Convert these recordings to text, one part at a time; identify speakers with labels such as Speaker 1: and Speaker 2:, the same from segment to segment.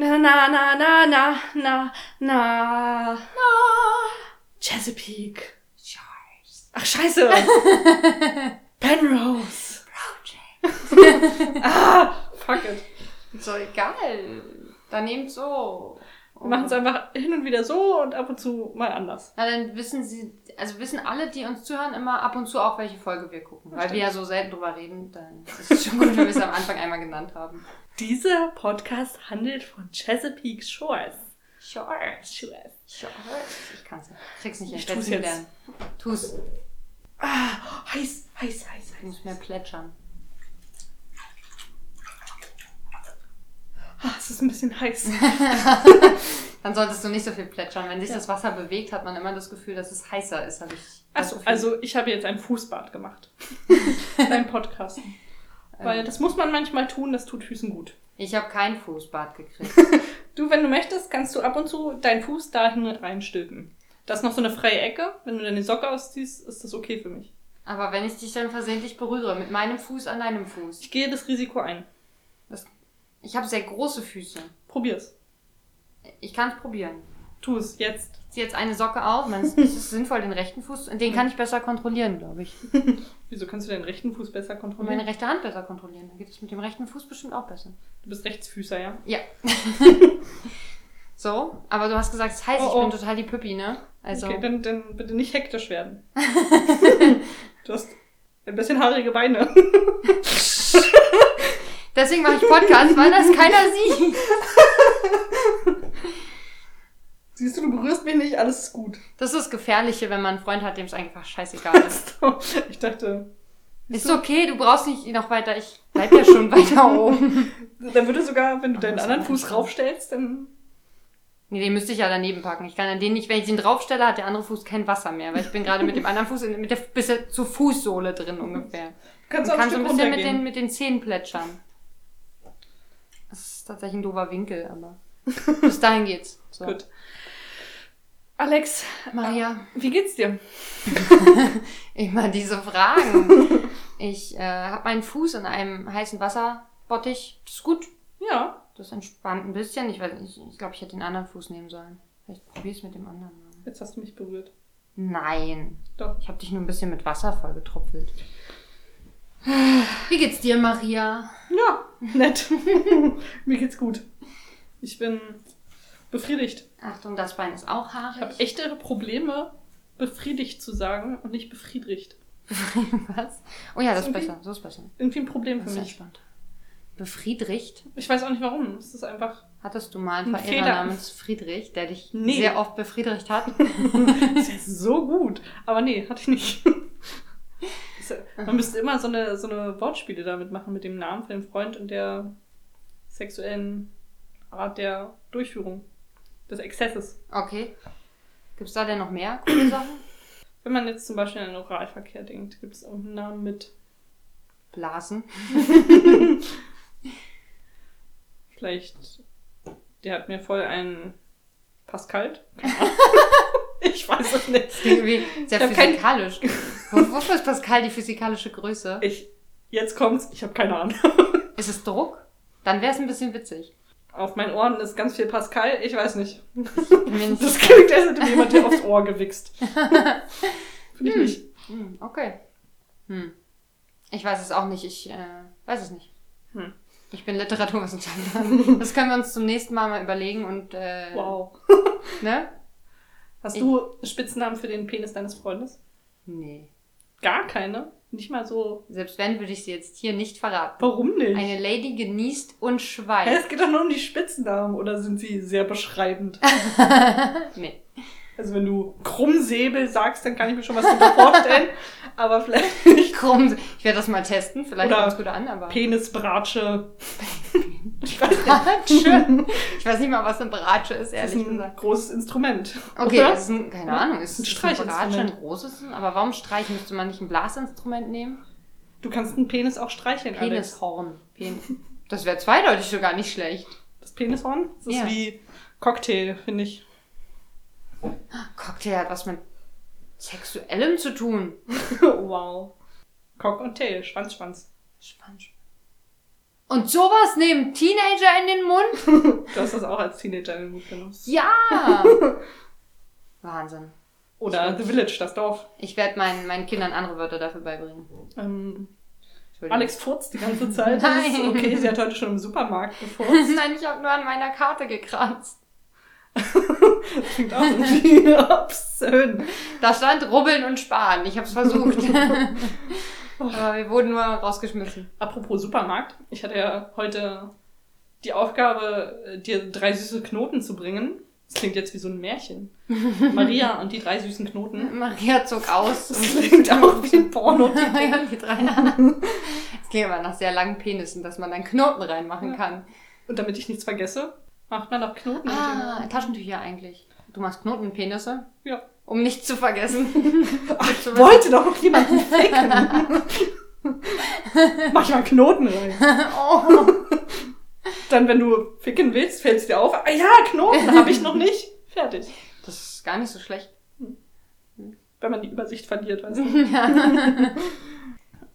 Speaker 1: na, na, na, na, na, na. Chesapeake. Ach, scheiße. Penrose. ah, fuck it.
Speaker 2: So egal. Dann nehmt so.
Speaker 1: Wir machen es einfach hin und wieder so und ab und zu mal anders.
Speaker 2: Na, dann wissen sie, also wissen alle, die uns zuhören, immer ab und zu auch, welche Folge wir gucken. Weil wir ja so selten drüber reden, dann ist es schon gut, wenn wir es am Anfang einmal genannt haben.
Speaker 1: Dieser Podcast handelt von Chesapeake Shores.
Speaker 2: Sure.
Speaker 1: Shores.
Speaker 2: Sure. Ich kann's nicht. Krieg's nicht hin.
Speaker 1: Ich
Speaker 2: Ich werd's
Speaker 1: tu's
Speaker 2: nie
Speaker 1: jetzt.
Speaker 2: lernen. Tu's.
Speaker 1: Ah, heiß, heiß, heiß,
Speaker 2: Ich
Speaker 1: heiß.
Speaker 2: muss mehr plätschern.
Speaker 1: Ah, es ist ein bisschen heiß.
Speaker 2: Dann solltest du nicht so viel plätschern. Wenn sich das Wasser bewegt, hat man immer das Gefühl, dass es heißer ist. Hab ich das
Speaker 1: Achso,
Speaker 2: Gefühl.
Speaker 1: also ich habe jetzt ein Fußbad gemacht. Beim Podcast. Weil das muss man manchmal tun, das tut Füßen gut.
Speaker 2: Ähm, Ich habe kein Fußbad gekriegt.
Speaker 1: Du, wenn du möchtest, kannst du ab und zu deinen Fuß dahin reinstülpen. Da ist noch so eine freie Ecke. Wenn du deine Socke ausziehst, ist das okay für mich.
Speaker 2: Aber wenn ich dich dann versehentlich berühre, mit meinem Fuß an deinem Fuß.
Speaker 1: Ich gehe das Risiko ein.
Speaker 2: Ich habe sehr große Füße.
Speaker 1: Probier's.
Speaker 2: Ich kann es probieren.
Speaker 1: Tu es jetzt.
Speaker 2: Ich ziehe jetzt eine Socke auf. Man, es ist sinnvoll, den rechten Fuß, den kann ich besser kontrollieren, glaube ich.
Speaker 1: Wieso kannst du deinen rechten Fuß besser
Speaker 2: Und
Speaker 1: kontrollieren?
Speaker 2: meine rechte Hand besser kontrollieren. Dann geht es mit dem rechten Fuß bestimmt auch besser.
Speaker 1: Du bist Rechtsfüßer, ja?
Speaker 2: Ja. so, aber du hast gesagt, es heißt,
Speaker 1: Oh, oh.
Speaker 2: ich bin total die Püppi, ne? Also,
Speaker 1: Okay, dann, dann bitte nicht hektisch werden. du hast ein bisschen haarige Beine.
Speaker 2: deswegen mache ich Podcast, weil das keiner sieht.
Speaker 1: Siehst du, du berührst mich nicht, alles ist gut.
Speaker 2: Das ist das Gefährliche, wenn man einen Freund hat, dem es einfach scheißegal ist.
Speaker 1: ich dachte,
Speaker 2: Ist okay, du brauchst nicht noch weiter. Ich bleib ja schon weiter oben.
Speaker 1: Dann würde sogar, wenn du
Speaker 2: Ach,
Speaker 1: deinen
Speaker 2: das
Speaker 1: anderen
Speaker 2: ist
Speaker 1: Fuß
Speaker 2: schön.
Speaker 1: raufstellst, dann.
Speaker 2: Nee, den müsste ich ja daneben packen. Ich kann an den nicht, wenn ich den draufstelle, hat der andere Fuß kein Wasser mehr, weil ich bin gerade mit dem anderen Fuß, in- mit der bisschen zur Fußsohle drin ungefähr.
Speaker 1: Kannst du
Speaker 2: Man
Speaker 1: auch ein
Speaker 2: kann so
Speaker 1: Stück
Speaker 2: ein bisschen mit den,
Speaker 1: runtergehen.
Speaker 2: mit den Zähnen plätschern. Das ist tatsächlich ein doofer Winkel, aber bis dahin geht's. So. Ah
Speaker 1: Gut. Alex,
Speaker 2: Maria,
Speaker 1: wie geht's dir?
Speaker 2: immer diese Fragen. Ich äh, habe meinen Fuß in einem heißen Wasserbottich. Das ist gut.
Speaker 1: Ja,
Speaker 2: Das entspannt ein bisschen. Ich weiß nicht, ich glaube, ich hätte den anderen Fuß nehmen sollen. Vielleicht probier's mit dem anderen mal.
Speaker 1: jetzt hast du mich berührt.
Speaker 2: Nein.
Speaker 1: Doch.
Speaker 2: Ich habe dich nur ein bisschen mit Wasser vollgetropfelt. Wie geht's dir, Maria?
Speaker 1: Ja, nett. Mir geht's gut. Ich bin befriedigt.
Speaker 2: Achtung, das Bein ist auch
Speaker 1: Ich habe
Speaker 2: haarig.
Speaker 1: echtere Probleme, befriedigt zu sagen und nicht befriedigt.
Speaker 2: Was? Oh ja, das ist
Speaker 1: Irgendwie-
Speaker 2: besser. So ist besser.
Speaker 1: Irgendwie ein Problem
Speaker 2: Das
Speaker 1: für
Speaker 2: ist
Speaker 1: mich.
Speaker 2: entspannt. Befriedrigt?
Speaker 1: Ich weiß auch nicht warum. Es ist einfach.
Speaker 2: Hattest du mal einen
Speaker 1: Ein
Speaker 2: Verehrer
Speaker 1: Feder.
Speaker 2: namens Friedrich, der dich
Speaker 1: Nee.
Speaker 2: sehr oft befriedigt hat?
Speaker 1: Es ist so gut. Aber nee, hatte ich nicht. Es ist- Man müsste immer so eine, so eine Wortspiele damit machen, mit dem Namen von dem Freund und der sexuellen Art der Durchführung, des Exzesses.
Speaker 2: Okay. Gibt's da denn noch mehr coole Sachen?
Speaker 1: Wenn man jetzt zum Beispiel an den Oralverkehr denkt, gibt es irgendeinen Namen mit
Speaker 2: Blasen.
Speaker 1: vielleicht, der hat mir voll einen Pascal. ich weiß es nicht.
Speaker 2: Irgendwie
Speaker 1: Ich
Speaker 2: sehr
Speaker 1: hab kein-
Speaker 2: physikalisch. Wo- Wofür ist Pascal die physikalische Größe?
Speaker 1: Ich, jetzt kommt's, ich habe keine Ahnung.
Speaker 2: Ist es Druck? Dann wäre es ein bisschen witzig.
Speaker 1: Auf meinen Ohren ist ganz viel Pascal, ich weiß nicht.
Speaker 2: Bin mir nicht
Speaker 1: Das klingt, als hätte mir jemand der aufs Ohr gewichst. Finde ich
Speaker 2: Hm.
Speaker 1: nicht.
Speaker 2: Hm, okay. Hm. Ich weiß es auch nicht. Ich äh, weiß es nicht.
Speaker 1: Hm.
Speaker 2: Ich bin Literaturwissenschaftler. Das können wir uns zum nächsten Mal mal überlegen und äh,
Speaker 1: Wow.
Speaker 2: ne?
Speaker 1: Hast
Speaker 2: Ich-
Speaker 1: du Spitznamen für den Penis deines Freundes?
Speaker 2: Nee.
Speaker 1: Gar keine. Nicht mal so.
Speaker 2: Selbst wenn, würde ich sie jetzt hier nicht verraten.
Speaker 1: Warum nicht?
Speaker 2: Eine Lady genießt und
Speaker 1: Hä,
Speaker 2: schweigt.
Speaker 1: es geht doch nur um die Spitznamen oder sind sie sehr beschreibend?
Speaker 2: Nee.
Speaker 1: Also wenn du Krummsäbel sagst, dann kann ich mir schon was darunter vorstellen. Aber vielleicht nicht.
Speaker 2: Krumm. Ich werde das mal testen. Vielleicht
Speaker 1: Oder
Speaker 2: kommt es gut an, aber.
Speaker 1: Penisbratsche. Ich weiß nicht.
Speaker 2: Bratsche. Ich weiß nicht mal, was eine Bratsche ist,
Speaker 1: Das ist
Speaker 2: ehrlich
Speaker 1: ein
Speaker 2: gesagt.
Speaker 1: großes Instrument.
Speaker 2: Okay,
Speaker 1: Oder?
Speaker 2: das ist ein, keine Ahnung, ist
Speaker 1: Ein
Speaker 2: es ein Bratsche
Speaker 1: Streichinstrument.
Speaker 2: ein großes? Aber warum Streich? Müsste man nicht ein Blasinstrument nehmen?
Speaker 1: Du kannst einen Penis auch streicheln, Alex.
Speaker 2: Penishorn. Pen das wäre zweideutig sogar nicht schlecht.
Speaker 1: Das Penishorn? Das ist
Speaker 2: Ja.
Speaker 1: wie Cocktail, finde ich.
Speaker 2: Cocktail hat was mit Sexuellem zu tun.
Speaker 1: wow. Cock und Tail, Schwanz, Schwanz.
Speaker 2: Spannend. Und sowas nehmen Teenager in den Mund?
Speaker 1: Du hast das auch als Teenager in den Mund genommen.
Speaker 2: Ja! Wahnsinn.
Speaker 1: Oder The Village, das Dorf.
Speaker 2: Ich werde meinen, meinen Kindern andere Wörter dafür beibringen.
Speaker 1: Ähm,
Speaker 2: Entschuldigung.
Speaker 1: Alex furzt die ganze Zeit. Das ist
Speaker 2: Nein.
Speaker 1: okay, sie hat heute schon im Supermarkt gefurzt.
Speaker 2: Nein, ich habe nur an meiner Karte gekratzt.
Speaker 1: Das klingt auch irgendwie obszön.
Speaker 2: Da stand Rubbeln und Sparen. Ich habe es versucht. Aber wir wurden nur rausgeschmissen.
Speaker 1: Apropos Supermarkt, ich hatte ja heute die Aufgabe, äh, dir drei süße Knoten zu bringen. Das klingt jetzt wie so ein Märchen. Maria und die drei süßen Knoten.
Speaker 2: Maria zog aus.
Speaker 1: Das klingt auch wie ein Porno.
Speaker 2: Ja, die drei Nasen. Das klingt aber nach sehr langen Penissen, dass man dann Knoten reinmachen
Speaker 1: Ja.
Speaker 2: kann.
Speaker 1: Und damit ich nichts vergesse, macht man auch Knoten. mit
Speaker 2: Ah, Taschentücher eigentlich. Du machst Knotenpenisse,
Speaker 1: dem- Ja.
Speaker 2: um nichts zu vergessen. Nicht zu
Speaker 1: Wollte doch noch jemanden ficken. Mach mal einen Knoten rein.
Speaker 2: wissen. oh.
Speaker 1: Dann, wenn du ficken willst, fällt es dir auf. Ah ja, Knoten habe ich noch nicht. Fertig.
Speaker 2: Das ist gar nicht so schlecht.
Speaker 1: Wenn man die Übersicht verliert, weißt du.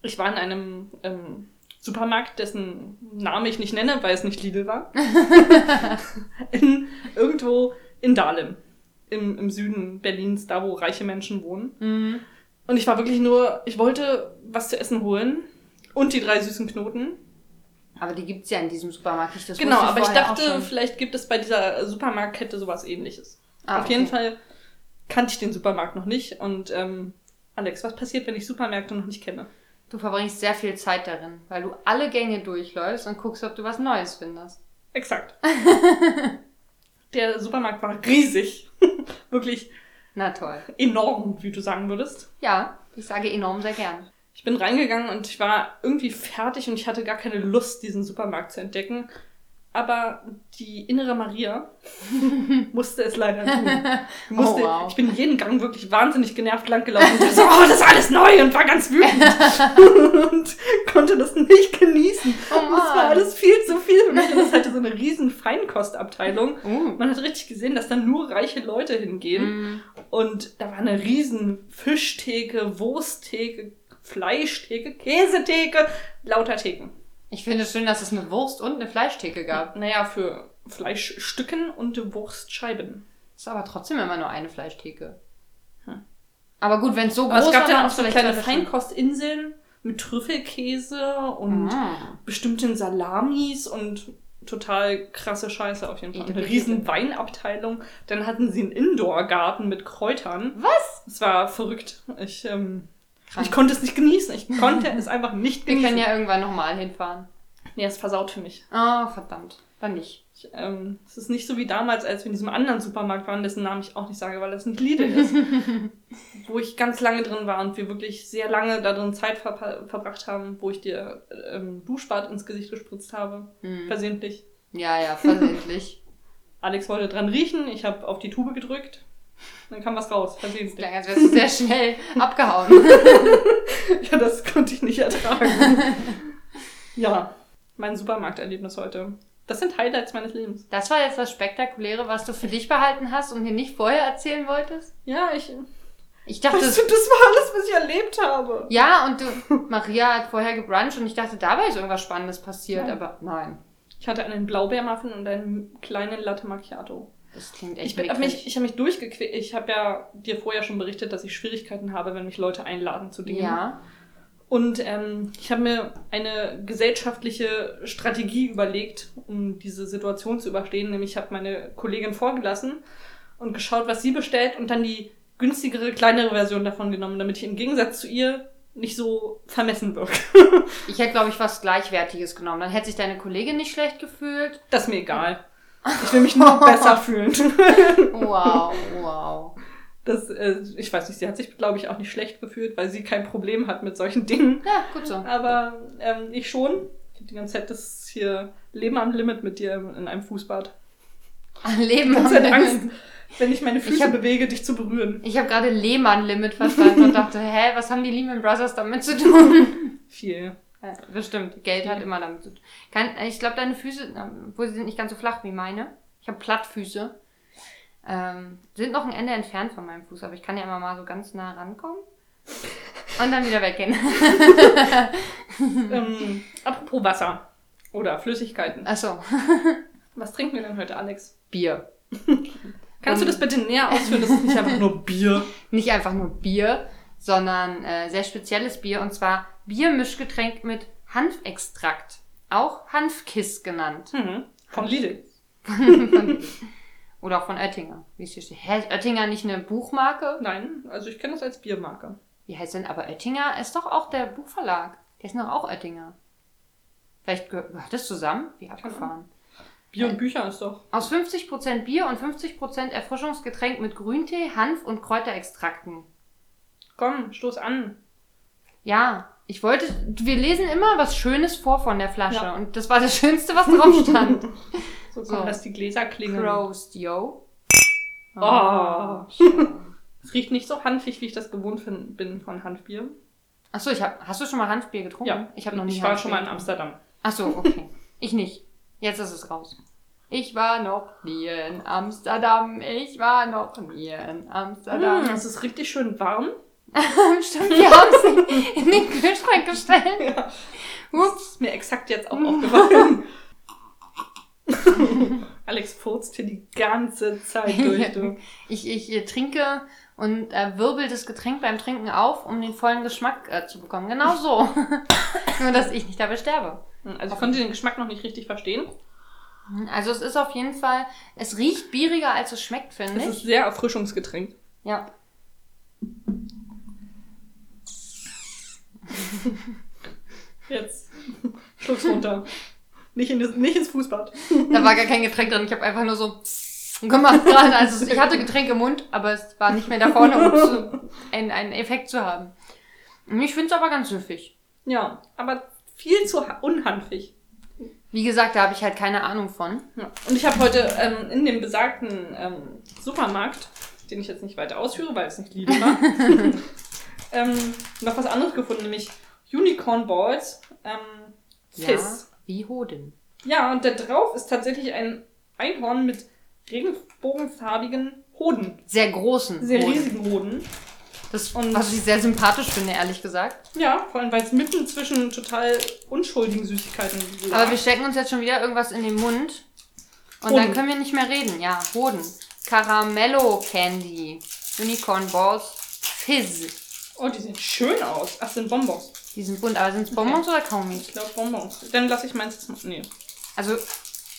Speaker 1: Ich war in einem ähm, Supermarkt, dessen Name ich nicht nenne, weil es nicht Lidl war. in, irgendwo in Dahlem. Im, Im Süden Berlins, da wo reiche Menschen wohnen.
Speaker 2: Mhm.
Speaker 1: Und ich war wirklich nur, ich wollte was zu essen holen und die drei süßen Knoten.
Speaker 2: Aber die gibt's ja in diesem Supermarkt nicht. Das
Speaker 1: genau,
Speaker 2: wusste
Speaker 1: aber ich
Speaker 2: vorher auch
Speaker 1: dachte,
Speaker 2: schon.
Speaker 1: vielleicht gibt es bei dieser Supermarktkette sowas ähnliches.
Speaker 2: Ah,
Speaker 1: Auf jeden
Speaker 2: okay.
Speaker 1: Fall kannte ich den Supermarkt noch nicht. Und ähm, Alex, was passiert, wenn ich Supermärkte noch nicht kenne?
Speaker 2: Du verbringst sehr viel Zeit darin, weil du alle Gänge durchläufst und guckst, ob du was Neues findest.
Speaker 1: Exakt. Der Supermarkt war riesig. Wirklich
Speaker 2: Na toll.
Speaker 1: enorm, wie du sagen würdest.
Speaker 2: Ja, ich sage enorm sehr gern.
Speaker 1: Ich bin reingegangen und ich war irgendwie fertig und ich hatte gar keine Lust, diesen Supermarkt zu entdecken. Aber die innere Maria musste es leider tun. Die Musste,
Speaker 2: Oh, wow.
Speaker 1: Ich bin jeden Gang wirklich wahnsinnig genervt langgelaufen und dachte so, oh, das ist alles neu und war ganz wütend und konnte das nicht genießen.
Speaker 2: Oh
Speaker 1: Und das war
Speaker 2: Mann.
Speaker 1: alles viel zu viel für mich. Und Das hatte so eine riesen Feinkostabteilung.
Speaker 2: Uh.
Speaker 1: Man hat richtig gesehen, dass da nur reiche Leute hingehen.
Speaker 2: Mhm.
Speaker 1: Und da war eine riesen Fischtheke, Wursttheke, Fleischtheke, Käsetheke, lauter Theken.
Speaker 2: Ich finde es schön, dass es eine Wurst und eine Fleischtheke gab.
Speaker 1: Naja, für Fleischstücken und Wurstscheiben.
Speaker 2: Ist aber trotzdem immer nur eine Fleischtheke.
Speaker 1: Hm.
Speaker 2: Aber gut, wenn es so
Speaker 1: Aber
Speaker 2: groß
Speaker 1: Also es gab
Speaker 2: war,
Speaker 1: dann auch
Speaker 2: macht's
Speaker 1: so
Speaker 2: vielleicht
Speaker 1: kleine
Speaker 2: alles Sinn.
Speaker 1: Feinkostinseln mit Trüffelkäse und
Speaker 2: Ah.
Speaker 1: bestimmten Salamis und total krasse Scheiße auf jeden Fall. Und Eine
Speaker 2: Edle
Speaker 1: riesen
Speaker 2: Käse.
Speaker 1: Weinabteilung. Dann hatten sie einen Indoor-Garten mit Kräutern.
Speaker 2: Was?
Speaker 1: Es war verrückt. Ich, ähm,
Speaker 2: Krank.
Speaker 1: ich konnte es nicht genießen. Ich konnte es einfach nicht
Speaker 2: Wir
Speaker 1: genießen.
Speaker 2: können ja irgendwann nochmal hinfahren.
Speaker 1: Nee, es versaut für mich.
Speaker 2: Ah, verdammt. Dann nicht.
Speaker 1: Ich, ähm, es ist nicht so wie damals, als wir in diesem anderen Supermarkt waren, dessen Namen ich auch nicht sage, weil das nicht Lidl ist. wo ich ganz lange drin war und wir wirklich sehr lange da drin Zeit verpa- verbracht haben, wo ich dir äh, ähm, Duschbad ins Gesicht gespritzt habe.
Speaker 2: Hm.
Speaker 1: Versehentlich.
Speaker 2: Ja, ja, versehentlich.
Speaker 1: Alex wollte dran riechen, ich habe auf die Tube gedrückt. Dann kam was raus, versehentlich.
Speaker 2: Klang, als wärst du sehr schnell abgehauen.
Speaker 1: Ja, das konnte ich nicht ertragen. ja, mein Supermarkterlebnis heute. Das sind Highlights meines Lebens.
Speaker 2: Das war jetzt das Spektakuläre, was du für dich behalten hast und mir nicht vorher erzählen wolltest?
Speaker 1: Ja, ich.
Speaker 2: Ich dachte,
Speaker 1: Weißt du, das war alles, was ich erlebt habe.
Speaker 2: ja, und du, Maria hat vorher gebruncht und ich dachte, dabei ist irgendwas Spannendes passiert,
Speaker 1: Nein.
Speaker 2: aber nein.
Speaker 1: Ich hatte einen Blaubeermuffin und einen kleinen Latte Macchiato.
Speaker 2: Das klingt echt
Speaker 1: Ich, bin- hab
Speaker 2: mickrig.
Speaker 1: mich, ich habe mich durchgequält. Ich habe ja dir vorher schon berichtet, dass ich Schwierigkeiten habe, wenn mich Leute einladen zu Dingen.
Speaker 2: Ja.
Speaker 1: Und ähm, ich habe mir eine gesellschaftliche Strategie überlegt, um diese Situation zu überstehen. Nämlich ich habe meine Kollegin vorgelassen und geschaut, was sie bestellt und dann die günstigere, kleinere Version davon genommen, damit ich im Gegensatz zu ihr nicht so vermessen wirke.
Speaker 2: Ich hätte, glaube ich, was Gleichwertiges genommen. Dann hätte sich deine Kollegin nicht schlecht gefühlt.
Speaker 1: Das ist mir egal. Ich will mich nur besser fühlen.
Speaker 2: Wow, wow.
Speaker 1: Das, äh, ich weiß nicht, sie hat sich, glaube ich, auch nicht schlecht gefühlt, weil sie kein Problem hat mit solchen Dingen.
Speaker 2: Ja, gut so.
Speaker 1: Aber ähm, ich schon. Ich hab die ganze Zeit das hier Leben am Limit mit dir in einem Fußbad.
Speaker 2: Leben
Speaker 1: Ich
Speaker 2: am
Speaker 1: hatte
Speaker 2: Limit.
Speaker 1: Angst, wenn ich meine Füße
Speaker 2: Ich hab-
Speaker 1: bewege, dich zu berühren.
Speaker 2: Ich habe gerade Lehmann-Limit verstanden und dachte, hä, was haben die Lehman Brothers damit zu tun?
Speaker 1: Viel.
Speaker 2: Ja, Bestimmt, Geld hat immer damit zu tun. Kann, ich glaube, deine Füße, na, obwohl sie sind nicht ganz so flach wie meine. Ich habe Plattfüße. Ähm, sind noch ein Ende entfernt von meinem Fuß, aber ich kann ja immer mal so ganz nah rankommen und dann wieder weggehen.
Speaker 1: Ähm, apropos Wasser. Oder Flüssigkeiten.
Speaker 2: Achso,
Speaker 1: Was trinken wir denn heute, Alex?
Speaker 2: Bier.
Speaker 1: Kannst
Speaker 2: Ähm.
Speaker 1: du das bitte näher ausführen? Das ist nicht einfach nur Bier.
Speaker 2: Nicht einfach nur Bier, sondern äh, sehr spezielles Bier und zwar Biermischgetränk mit Hanfextrakt. Auch Hanfkiss genannt.
Speaker 1: Mhm. Von Lidl.
Speaker 2: Oder auch von Oettinger, wie es hier steht. Hä, ist Oettinger nicht eine Buchmarke?
Speaker 1: Nein, also ich kenne das als Biermarke.
Speaker 2: Wie heißt denn? Aber Oettinger ist doch auch der Buchverlag. Der ist doch auch Oettinger. Vielleicht gehört, gehört das zusammen? Wie abgefahren.
Speaker 1: Bier und Bücher ist doch.
Speaker 2: Aus 50% Bier und 50% Erfrischungsgetränk mit Grüntee, Hanf und Kräuterextrakten.
Speaker 1: Komm, stoß an.
Speaker 2: Ja, ich wollte, wir lesen immer was Schönes vor von der Flasche.
Speaker 1: Ja.
Speaker 2: Und das war das Schönste, was drauf stand.
Speaker 1: So,
Speaker 2: So.
Speaker 1: so. dass die Gläser klingen.
Speaker 2: Prost, yo.
Speaker 1: Genau. Oh.
Speaker 2: schön.
Speaker 1: Es riecht nicht so hanfig, wie ich das gewohnt fin- bin von Hanfbier.
Speaker 2: Achso, ich hab, hast du schon mal Hanfbier getrunken? Oh, Ich habe noch nie
Speaker 1: Ich war schon mal in
Speaker 2: Hanfbier
Speaker 1: Amsterdam.
Speaker 2: getrunken. Achso, okay. Ich nicht. Jetzt ist es raus. Ich war noch nie in Amsterdam. Ich war noch nie in Amsterdam.
Speaker 1: Mm, es ist richtig schön warm.
Speaker 2: Stimmt, wir haben sie in den Kühlschrank gestellt.
Speaker 1: Ja.
Speaker 2: Ups.
Speaker 1: Ist mir exakt jetzt auch aufgefallen. Alex furzt hier die ganze Zeit Halt durch. Du.
Speaker 2: Ich, ich äh, trinke und äh, wirbel das Getränk beim Trinken auf, um den vollen Geschmack äh, zu bekommen. Genau so. Nur, dass ich nicht dabei sterbe.
Speaker 1: Also ich konnte den Geschmack noch nicht richtig verstehen.
Speaker 2: Also es ist auf jeden Fall, es riecht bieriger, als es schmeckt, finde
Speaker 1: Es
Speaker 2: ich.
Speaker 1: ist sehr Erfrischungsgetränk.
Speaker 2: ja.
Speaker 1: Jetzt schluck's runter. Nicht, in das, nicht ins Fußbad.
Speaker 2: Da war gar kein Getränk drin. Ich habe einfach nur so gemacht gerade. Also es- ich hatte Getränk im Mund, aber es war nicht mehr da vorne, um zu, einen, einen Effekt zu haben. Ich finde es aber ganz süffig.
Speaker 1: Ja, aber viel zu ha- unhandlich.
Speaker 2: Wie gesagt, da habe ich halt keine Ahnung von.
Speaker 1: Ja. Und ich habe heute ähm, in dem besagten ähm, Supermarkt, den ich jetzt nicht weiter ausführe, weil es nicht Lidl war, ähm, noch was anderes gefunden, nämlich Unicorn Balls ähm, Fizz.
Speaker 2: Ja, wie Hoden.
Speaker 1: Ja. und da drauf ist tatsächlich ein Einhorn mit regenbogenfarbigen Hoden.
Speaker 2: Sehr großen.
Speaker 1: Sehr
Speaker 2: Hoden.
Speaker 1: riesigen Hoden.
Speaker 2: Das,
Speaker 1: Und-
Speaker 2: was ich sehr sympathisch finde, ehrlich gesagt.
Speaker 1: Ja, vor allem, weil es mitten zwischen total unschuldigen Süßigkeiten lag.
Speaker 2: Aber wir stecken uns jetzt schon wieder irgendwas in den Mund. Und
Speaker 1: Hoden.
Speaker 2: dann können wir nicht mehr reden. Ja, Hoden. Caramello Candy. Unicorn Balls. Fizz.
Speaker 1: Oh, die sehen schön aus. Ach, sind Bonbons.
Speaker 2: Die sind bunt, aber sind es Bonbons oder Kaugummis?
Speaker 1: Ich glaube Bonbons. Dann lasse ich meins jetzt mal. Nee.
Speaker 2: Also,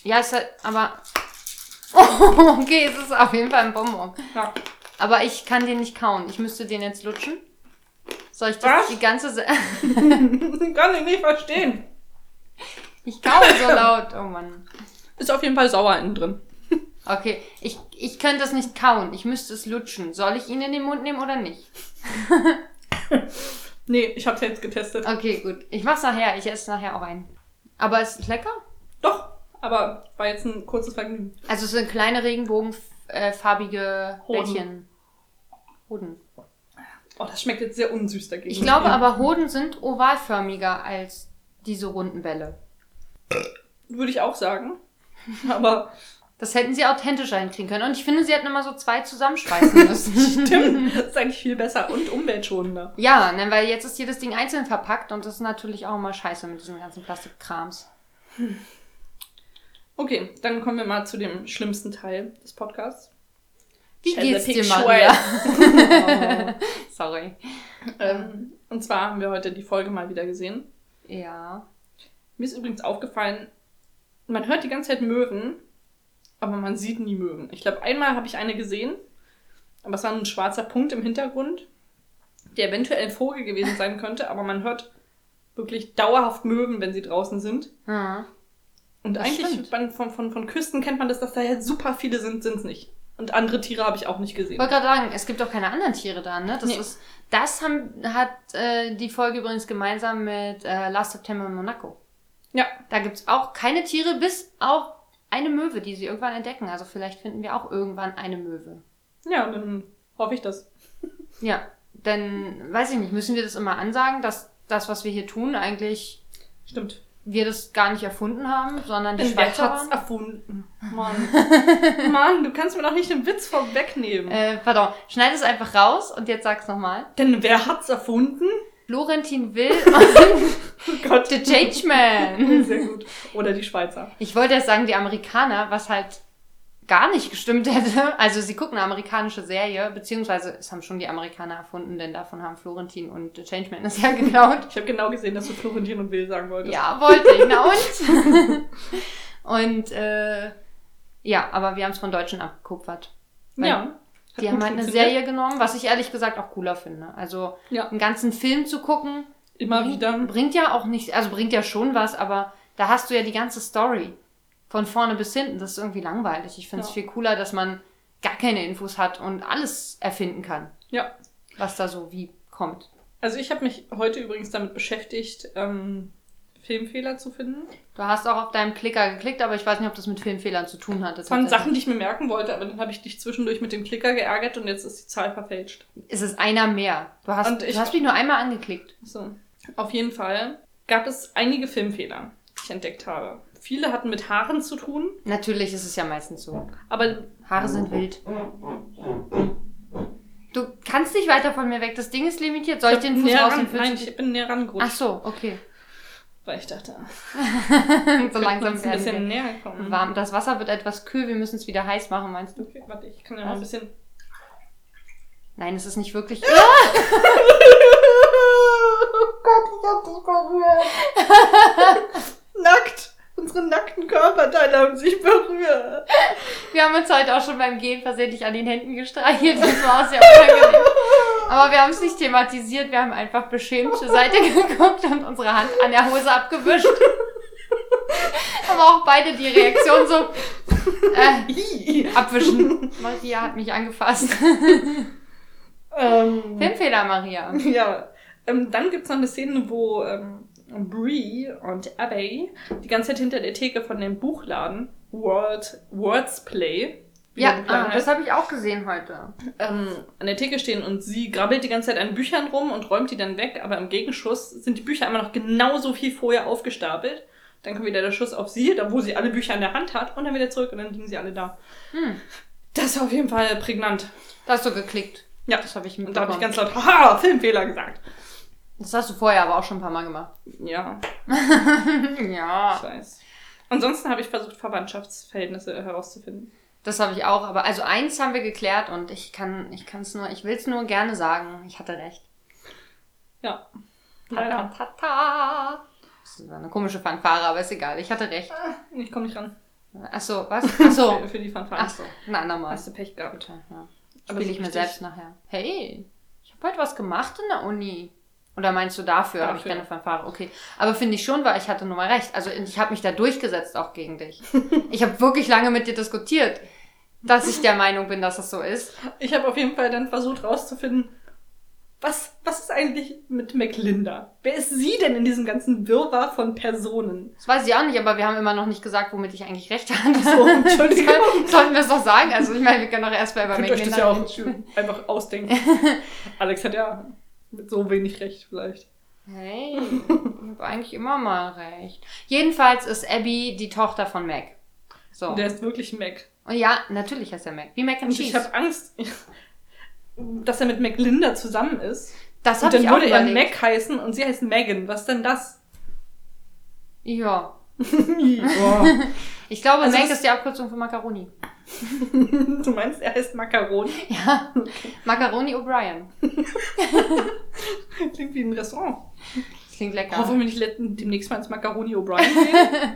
Speaker 2: ja, ist halt, aber... Oh, okay, es ist auf jeden Fall ein Bonbon.
Speaker 1: Ja.
Speaker 2: Aber ich kann den nicht kauen. Ich müsste den jetzt lutschen. Soll ich das
Speaker 1: Was?
Speaker 2: die ganze... Se
Speaker 1: Kann ich nicht verstehen.
Speaker 2: ich kaue so laut. Oh Mann.
Speaker 1: Ist auf jeden Fall sauer innen drin.
Speaker 2: Okay, ich, ich könnte das nicht kauen. Ich müsste es lutschen. Soll ich ihn in den Mund nehmen oder nicht?
Speaker 1: Nee, ich hab's jetzt getestet.
Speaker 2: Okay, gut. Ich mach's nachher. Ich esse nachher auch einen. Aber es ist lecker.
Speaker 1: Doch, aber war jetzt ein kurzes Vergnügen.
Speaker 2: Also es sind kleine regenbogenfarbige
Speaker 1: Hoden.
Speaker 2: Bällchen. Hoden.
Speaker 1: Oh, das schmeckt jetzt sehr unsüß dagegen.
Speaker 2: Ich glaube aber, Hoden sind ovalförmiger als diese runden Bälle.
Speaker 1: Würde ich auch sagen. Aber
Speaker 2: Das hätten sie authentischer hinkriegen können. Und ich finde, sie hätten immer so zwei zusammenschweißen müssen.
Speaker 1: Tim, das ist eigentlich viel besser und umweltschonender.
Speaker 2: Ja, ne, weil jetzt ist jedes Ding einzeln verpackt und das ist natürlich auch immer scheiße mit diesem ganzen Plastikkrams.
Speaker 1: Okay, dann kommen wir mal zu dem schlimmsten Teil des Podcasts.
Speaker 2: Wie
Speaker 1: Shell the
Speaker 2: geht's dir,
Speaker 1: pig
Speaker 2: Maria?
Speaker 1: shreds.
Speaker 2: Oh. Sorry.
Speaker 1: ähm, und zwar haben wir heute die Folge mal wieder gesehen.
Speaker 2: Ja.
Speaker 1: Mir ist übrigens aufgefallen, man hört die ganze Zeit Möwen, aber man sieht nie Möwen. Ich glaube, einmal habe ich eine gesehen, aber es war nur ein schwarzer Punkt im Hintergrund, der eventuell ein Vogel gewesen sein könnte, aber man hört wirklich dauerhaft Möwen, wenn sie draußen sind.
Speaker 2: Ja.
Speaker 1: Und
Speaker 2: Das stimmt.
Speaker 1: eigentlich man, von, von, von Küsten kennt man das, dass da ja super viele sind, sind es nicht. Und andere Tiere habe ich auch nicht
Speaker 2: Ich
Speaker 1: gesehen.
Speaker 2: wollte gerade sagen, es gibt auch keine anderen Tiere da, ne? Das
Speaker 1: Nee.
Speaker 2: ist, das haben, hat äh, die Folge übrigens gemeinsam mit äh, Last September in Monaco.
Speaker 1: Ja,
Speaker 2: Da gibt's auch keine Tiere, bis auch eine Möwe, die sie irgendwann entdecken. Also vielleicht finden wir auch irgendwann eine Möwe.
Speaker 1: ja, und dann hoffe ich das.
Speaker 2: Ja, dann weiß ich nicht, müssen wir das immer ansagen, dass das, was wir hier tun, eigentlich
Speaker 1: Stimmt.
Speaker 2: wir das gar nicht erfunden haben, sondern die
Speaker 1: Denn wer
Speaker 2: Schweizer
Speaker 1: hat's
Speaker 2: waren.
Speaker 1: erfunden? Mann. Mann, du kannst mir doch nicht den Witz vorwegnehmen.
Speaker 2: Äh, pardon, schneid es einfach raus und jetzt sag's nochmal.
Speaker 1: Denn wer hat's erfunden?
Speaker 2: Florentin Will und
Speaker 1: Oh Gott. Oh,
Speaker 2: The Changeman.
Speaker 1: Sehr gut. Oder die Schweizer.
Speaker 2: Ich wollte erst sagen, die Amerikaner, was halt gar nicht gestimmt hätte. Also sie gucken eine amerikanische Serie, beziehungsweise es haben schon die Amerikaner erfunden, denn davon haben Florentin und The Changeman es ja geklaut.
Speaker 1: Ich habe genau gesehen, dass du Florentin und Will sagen wolltest.
Speaker 2: ja, wollte ich. Na und? und äh, ja, aber wir haben es von Deutschen abgekupfert. Weil
Speaker 1: ja. Hat
Speaker 2: Die
Speaker 1: gut
Speaker 2: haben halt eine
Speaker 1: funktioniert.
Speaker 2: Serie genommen, was ich ehrlich gesagt auch cooler finde. Also
Speaker 1: Ja.
Speaker 2: einen ganzen Film zu gucken, Mhm.
Speaker 1: Immer wieder.
Speaker 2: Bringt ja auch nicht, also bringt ja schon was, aber da hast du ja die ganze Story. Von vorne bis hinten. Das ist irgendwie langweilig. Ich finde es
Speaker 1: Ja.
Speaker 2: viel cooler, dass man gar keine Infos hat und alles erfinden kann,
Speaker 1: Ja.
Speaker 2: was da so wie kommt.
Speaker 1: Also ich habe mich heute übrigens damit beschäftigt, ähm, Filmfehler zu finden.
Speaker 2: Du hast auch auf deinem Klicker geklickt, aber ich weiß nicht, ob das mit Filmfehlern zu tun hatte.
Speaker 1: Das waren
Speaker 2: tatsächlich.
Speaker 1: Sachen, die ich mir merken wollte, aber dann habe ich dich zwischendurch mit dem Klicker geärgert und jetzt ist die Zahl verfälscht.
Speaker 2: Es ist einer mehr. Du hast,
Speaker 1: Und ich-
Speaker 2: du hast mich nur einmal angeklickt.
Speaker 1: So. Auf jeden Fall gab es einige Filmfehler, die ich entdeckt habe. Viele hatten mit Haaren zu tun,
Speaker 2: Natürlich ist es ja meistens so.
Speaker 1: aber
Speaker 2: Haare sind wild. Du kannst nicht weiter von mir weg. Das Ding ist limitiert. Soll ich den Fuß
Speaker 1: näher
Speaker 2: raus
Speaker 1: ran-
Speaker 2: und
Speaker 1: Nein, ich bin näher rangerutscht,
Speaker 2: Ach so, okay.
Speaker 1: weil ich dachte, ah,
Speaker 2: so
Speaker 1: wir
Speaker 2: langsam
Speaker 1: müssen ein bisschen
Speaker 2: werden
Speaker 1: näher
Speaker 2: wir
Speaker 1: kommen.
Speaker 2: warm. Das Wasser wird etwas kühl, wir müssen es wieder heiß machen, meinst du?
Speaker 1: Okay, warte, ich kann ja mal ein
Speaker 2: Was?
Speaker 1: bisschen.
Speaker 2: Nein, es ist nicht wirklich.
Speaker 1: Nackt! Unsere nackten Körperteile haben sich berührt.
Speaker 2: Wir haben uns heute auch schon beim Gehen versehentlich an den Händen gestreichelt. Das war auch sehr unangenehm. Aber wir haben es nicht thematisiert, wir haben einfach beschämt zur Seite geguckt und unsere Hand an der Hose abgewischt. Aber auch beide die Reaktion so äh,
Speaker 1: Ih.
Speaker 2: abwischen. Maria hat mich angefasst.
Speaker 1: Ähm,
Speaker 2: Filmfehler, Maria.
Speaker 1: Ja, ähm, dann gibt's noch eine Szene, wo ähm, Bree und Abbey die ganze Zeit hinter der Theke von dem Buchladen Word, Words Play wie der
Speaker 2: Ja,
Speaker 1: Buchladen
Speaker 2: ah, das
Speaker 1: heißt,
Speaker 2: habe ich auch gesehen heute.
Speaker 1: ähm, an der Theke stehen und sie grabbelt die ganze Zeit an Büchern rum und räumt die dann weg, aber im Gegenschuss sind die Bücher immer noch genauso viel vorher aufgestapelt. Dann kommt wieder der Schuss auf sie, da wo sie alle Bücher in der Hand hat und dann wieder zurück und dann liegen sie alle da.
Speaker 2: Hm.
Speaker 1: Das ist auf jeden Fall prägnant.
Speaker 2: Da hast du geklickt.
Speaker 1: Ja,
Speaker 2: Das habe ich
Speaker 1: und da habe ich
Speaker 2: mitbekommen.
Speaker 1: ganz laut, haha, Filmfehler gesagt.
Speaker 2: Das hast du vorher aber auch schon ein paar Mal gemacht.
Speaker 1: Ja, Ich
Speaker 2: Ja.
Speaker 1: weiß. Ansonsten habe ich versucht, Verwandtschaftsverhältnisse herauszufinden.
Speaker 2: Das habe ich auch, aber also eins haben wir geklärt und ich kann, ich kann es nur, ich will es nur gerne sagen. Ich hatte recht.
Speaker 1: Ja.
Speaker 2: Ta,
Speaker 1: Leider.
Speaker 2: ta, ta. Das ist eine komische Fanfare, aber ist egal. Ich hatte recht.
Speaker 1: Ich komme nicht ran.
Speaker 2: Achso, was? Achso.
Speaker 1: Für, für die Fanfaren.
Speaker 2: Achso, ein andermal.
Speaker 1: Hast du Pech gehabt.
Speaker 2: Bitte, ja.
Speaker 1: Aber so
Speaker 2: Spiele ich mir
Speaker 1: richtig-
Speaker 2: selbst nachher. Hey, ich habe heute was gemacht in der Uni. Oder meinst du dafür, habe ich
Speaker 1: Dafür.
Speaker 2: keine Fanfare? Okay. Aber finde ich schon, weil ich hatte nun mal recht. Also ich habe mich da durchgesetzt auch gegen dich. Ich habe wirklich lange mit dir diskutiert, dass ich der Meinung bin, dass das so ist.
Speaker 1: Ich habe auf jeden Fall dann versucht herauszufinden, was, was ist eigentlich mit Maclinda? Wer ist sie denn in diesem ganzen Wirrwarr von Personen?
Speaker 2: Das weiß ich auch nicht, aber wir haben immer noch nicht gesagt, womit ich eigentlich recht hatte.
Speaker 1: So, Entschuldigung.
Speaker 2: Sollten wir es doch sagen? Also ich meine, wir können doch erstmal über
Speaker 1: Könnt ihr euch das
Speaker 2: Macmillan
Speaker 1: ja
Speaker 2: reden.
Speaker 1: auch einfach ausdenken. Alex hat ja mit so wenig Recht vielleicht.
Speaker 2: Hey, ich habe eigentlich immer mal recht. Jedenfalls ist Abby die Tochter von Mac. So.
Speaker 1: Und der ist wirklich Mac.
Speaker 2: Und Oh ja, natürlich heißt er Mac. Wie Mac and
Speaker 1: Und ich
Speaker 2: Cheese.
Speaker 1: habe Angst, dass er mit Maclinda zusammen ist.
Speaker 2: das
Speaker 1: Und
Speaker 2: habe
Speaker 1: dann
Speaker 2: ich auch
Speaker 1: würde er
Speaker 2: überlegt.
Speaker 1: Mac heißen und sie heißt Megan. Was denn das?
Speaker 2: Ja.
Speaker 1: Boah.
Speaker 2: Ich glaube,
Speaker 1: Also
Speaker 2: Mac
Speaker 1: das-
Speaker 2: ist die Abkürzung für Macaroni.
Speaker 1: du meinst, er heißt Macaron?
Speaker 2: Ja. Macaroni O'Brien.
Speaker 1: Klingt wie ein Restaurant.
Speaker 2: Das Klingt
Speaker 1: Ja.
Speaker 2: lecker.
Speaker 1: Hoffen wir nicht let- demnächst mal ins Macaroni O'Brien gehen.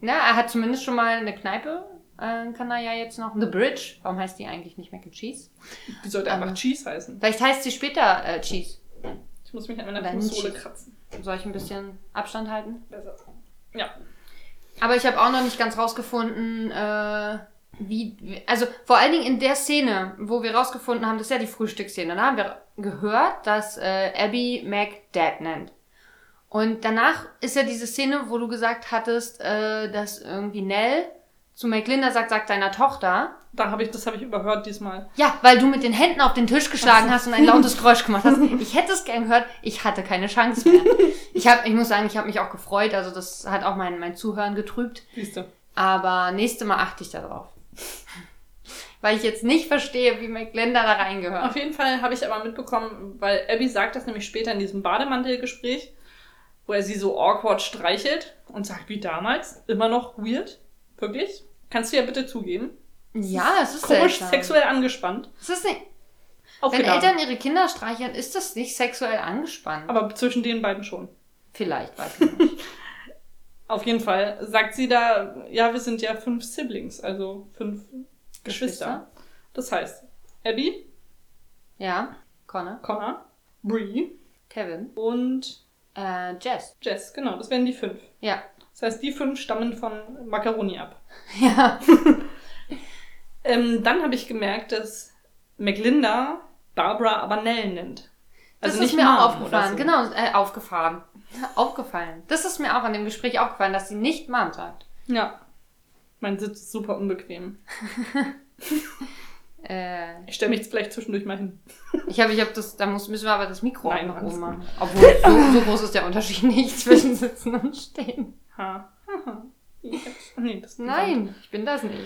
Speaker 2: Na, er hat zumindest schon mal eine Kneipe. Äh, kann er ja jetzt noch. The Bridge. Warum heißt die eigentlich nicht Mac and Cheese?
Speaker 1: Die sollte einfach
Speaker 2: Aber-
Speaker 1: Cheese heißen.
Speaker 2: Vielleicht heißt sie später äh, Cheese.
Speaker 1: Ich muss mich an meiner
Speaker 2: Nein,
Speaker 1: Fußsohle
Speaker 2: Cheese.
Speaker 1: kratzen.
Speaker 2: Soll ich ein bisschen Abstand halten?
Speaker 1: Besser. Ja.
Speaker 2: Aber ich habe auch noch nicht ganz rausgefunden, äh, wie, wie- also vor allen Dingen in der Szene, wo wir rausgefunden haben, das ist ja die Frühstücksszene, da haben wir gehört, dass äh, Abby Mac Dad nennt. Und danach ist ja diese Szene, wo du gesagt hattest, äh, dass irgendwie Nell zu McLinda sagt, sagt deiner Tochter.
Speaker 1: Da habe ich, das habe ich überhört diesmal.
Speaker 2: Ja, weil du mit den Händen auf den Tisch
Speaker 1: Ach
Speaker 2: geschlagen
Speaker 1: so.
Speaker 2: hast und ein lautes Geräusch gemacht hast. Ich hätte es gern gehört, ich hatte keine Chance mehr. Ich, hab, ich muss sagen, ich habe mich auch gefreut, also das hat auch mein, mein Zuhören getrübt.
Speaker 1: Siehst du.
Speaker 2: Aber nächste Mal achte ich da drauf. weil ich jetzt nicht verstehe, wie McLender da reingehört.
Speaker 1: Auf jeden Fall habe ich aber mitbekommen, weil Abby sagt das nämlich später in diesem Bademantelgespräch, wo er sie so awkward streichelt und sagt, wie damals, immer noch weird. Wirklich? Kannst du ja bitte zugeben.
Speaker 2: Ja, es ist
Speaker 1: Komisch
Speaker 2: seltsam.
Speaker 1: sexuell genau. angespannt.
Speaker 2: Es ist nicht, wenn
Speaker 1: Aufgeladen.
Speaker 2: Eltern ihre Kinder streicheln, ist das nicht sexuell angespannt.
Speaker 1: Aber zwischen den beiden schon.
Speaker 2: Vielleicht, weiß ich nicht.
Speaker 1: Auf jeden Fall sagt sie da, ja, wir sind ja fünf Siblings, also fünf Geschwister. Das heißt, Abby,
Speaker 2: Ja, Connor,
Speaker 1: Connor, Bree
Speaker 2: Kevin,
Speaker 1: und
Speaker 2: äh, Jess.
Speaker 1: Jess. Genau, das wären die fünf.
Speaker 2: Ja.
Speaker 1: Das heißt, die fünf stammen von Macaroni ab.
Speaker 2: Ja.
Speaker 1: Ähm, dann habe ich gemerkt, dass McLinda Barbara aber Nell nennt. Also
Speaker 2: Das ist mir auch aufgefallen. Genau, äh, aufgefahren. Aufgefallen. Das ist mir auch an dem Gespräch aufgefallen, dass sie nicht Mom sagt.
Speaker 1: Genau. Ja. Mein Sitz ist super unbequem.
Speaker 2: Äh,
Speaker 1: Ich stelle mich jetzt vielleicht zwischendurch mal hin.
Speaker 2: ich habe, ich habe das, da muss, müssen wir aber das Mikro
Speaker 1: Nein,
Speaker 2: auch noch
Speaker 1: alles
Speaker 2: oben machen. Obwohl, so, so groß ist der Unterschied nicht zwischen Sitzen und Stehen.
Speaker 1: Ha. Haha. Ich hab's- Nee, das ist
Speaker 2: Nein, ich bin das nicht.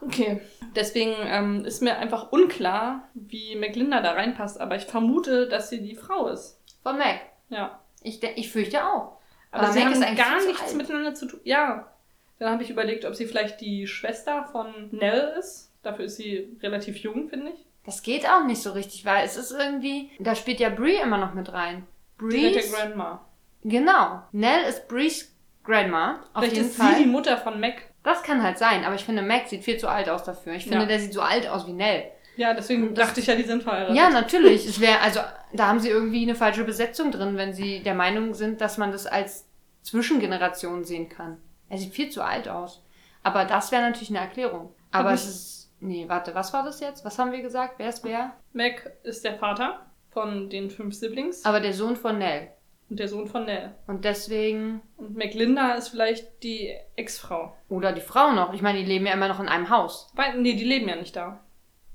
Speaker 1: Okay. Deswegen ähm, ist mir einfach unklar, wie McLinda da reinpasst, aber ich vermute, dass sie die Frau ist.
Speaker 2: Von Mac.
Speaker 1: Ja.
Speaker 2: Ich, de- ich fürchte auch.
Speaker 1: Aber,
Speaker 2: Aber
Speaker 1: sie
Speaker 2: Meg ist
Speaker 1: haben
Speaker 2: eigentlich
Speaker 1: gar
Speaker 2: zu
Speaker 1: nichts
Speaker 2: alt.
Speaker 1: miteinander zu tun. Ja. Dann habe ich überlegt, ob sie vielleicht die Schwester von Nell ist. Dafür ist sie relativ jung, finde ich.
Speaker 2: Das geht auch nicht so richtig, weil es ist irgendwie, da spielt ja Bree immer noch mit rein.
Speaker 1: Die nennt
Speaker 2: Bree.
Speaker 1: ja Grandma.
Speaker 2: Genau. Nell ist Brees Grandma. Auf
Speaker 1: vielleicht
Speaker 2: jeden
Speaker 1: ist
Speaker 2: Fall.
Speaker 1: sie die Mutter von Mac.
Speaker 2: Das kann halt sein, aber ich finde, Mac sieht viel zu alt aus dafür. Ich finde,
Speaker 1: Ja.
Speaker 2: der sieht so alt aus wie Nell.
Speaker 1: Ja, deswegen
Speaker 2: Das-
Speaker 1: dachte ich ja, die sind verheiratet.
Speaker 2: Ja, natürlich. Es wäre, also, da haben sie irgendwie eine falsche Besetzung drin, wenn sie der Meinung sind, dass man das als Zwischengeneration sehen kann. Er sieht viel zu alt aus. Aber das wäre natürlich eine Erklärung. Aber
Speaker 1: Hab
Speaker 2: es
Speaker 1: ich-
Speaker 2: ist. Nee, warte, was war das jetzt? Was haben wir gesagt? Wer ist wer?
Speaker 1: Mac ist der Vater von den fünf Siblings
Speaker 2: Aber der Sohn von Nell.
Speaker 1: und der Sohn von Nell.
Speaker 2: Und deswegen.
Speaker 1: Und McLinda ist vielleicht die Ex-Frau.
Speaker 2: Oder die Frau noch. Ich meine, die leben ja immer noch in einem Haus.
Speaker 1: Weil- Nee, die leben ja nicht da.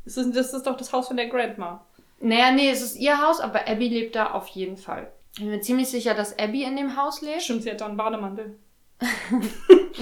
Speaker 1: Das ist, das ist doch das Haus von der Grandma.
Speaker 2: Naja, nee, es ist ihr Haus, aber Abby lebt da auf jeden Fall. Ich bin mir ziemlich sicher, dass Abby in dem Haus lebt.
Speaker 1: Stimmt, sie hat da einen Bademantel.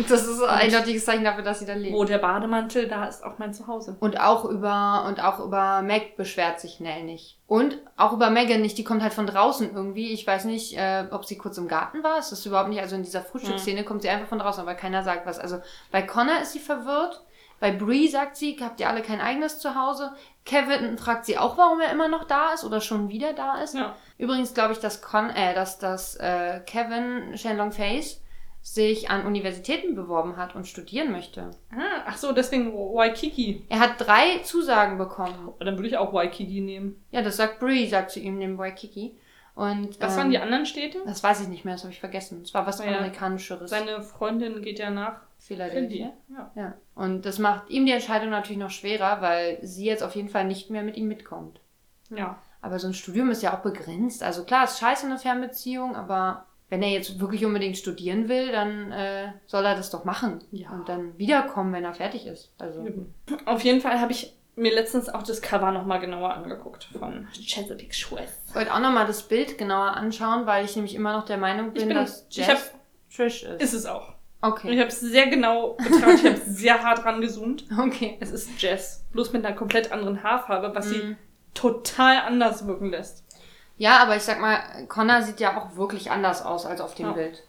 Speaker 2: Das ist ein eindeutiges Zeichen dafür, dass sie da lebt.
Speaker 1: Wo der Bademantel, da ist auch mein Zuhause.
Speaker 2: Und auch über und auch über Meg beschwert sich Nell nicht. Und auch über Megan nicht, die kommt halt von draußen irgendwie. Ich weiß nicht, äh, ob sie kurz im Garten war. Es ist überhaupt nicht. Also in dieser Frühstücksszene kommt sie einfach von draußen, aber keiner sagt was. Also bei Connor ist sie verwirrt. Bei Bree sagt sie, habt ihr alle kein eigenes Zuhause? Kevin fragt sie auch, warum er immer noch da ist oder schon wieder da ist.
Speaker 1: Ja.
Speaker 2: Übrigens glaube ich, dass, Con äh, dass, dass äh, Kevin Shenlong Face sich an Universitäten beworben hat und studieren möchte.
Speaker 1: Ah, ach so, deswegen Waikiki. Oh,
Speaker 2: Er hat drei Zusagen bekommen.
Speaker 1: Dann würde ich auch Waikiki nehmen.
Speaker 2: Ja, das sagt Bree, sagt zu ihm, dem Waikiki. Und,
Speaker 1: Was
Speaker 2: ähm,
Speaker 1: waren die anderen Städte?
Speaker 2: Das weiß ich nicht mehr, das habe ich vergessen. Es war was
Speaker 1: Ah, ja.
Speaker 2: Amerikanischeres.
Speaker 1: Seine Freundin geht ja nach
Speaker 2: Philadelphia.
Speaker 1: Philly. Ja.
Speaker 2: Ja. Und das macht ihm die Entscheidung natürlich noch schwerer, weil sie jetzt auf jeden Fall nicht mehr mit ihm mitkommt.
Speaker 1: ja.
Speaker 2: Aber so ein Studium ist ja auch begrenzt. Also klar, ist scheiße eine Fernbeziehung, aber wenn er jetzt wirklich unbedingt studieren will, dann äh, soll er das doch machen.
Speaker 1: Ja.
Speaker 2: Und dann wiederkommen, wenn er fertig ist. Also
Speaker 1: Eben. Auf jeden Fall habe ich mir letztens auch das Cover nochmal genauer angeguckt von Chesapeake Shores.
Speaker 2: ich wollte auch nochmal das Bild genauer anschauen, weil ich nämlich immer noch der Meinung bin,
Speaker 1: bin-
Speaker 2: dass
Speaker 1: ich
Speaker 2: Jess Trish ist.
Speaker 1: Ist es auch. Und ich
Speaker 2: Okay.
Speaker 1: habe es sehr genau betrachtet, ich habe es sehr hart rangezoomt.
Speaker 2: Okay.
Speaker 1: Es ist Jess, bloß mit einer komplett anderen Haarfarbe, was sie
Speaker 2: Mhm.
Speaker 1: total anders wirken lässt.
Speaker 2: Ja, aber ich sag mal, Connor sieht ja auch wirklich anders aus als auf dem
Speaker 1: Ja.
Speaker 2: Bild.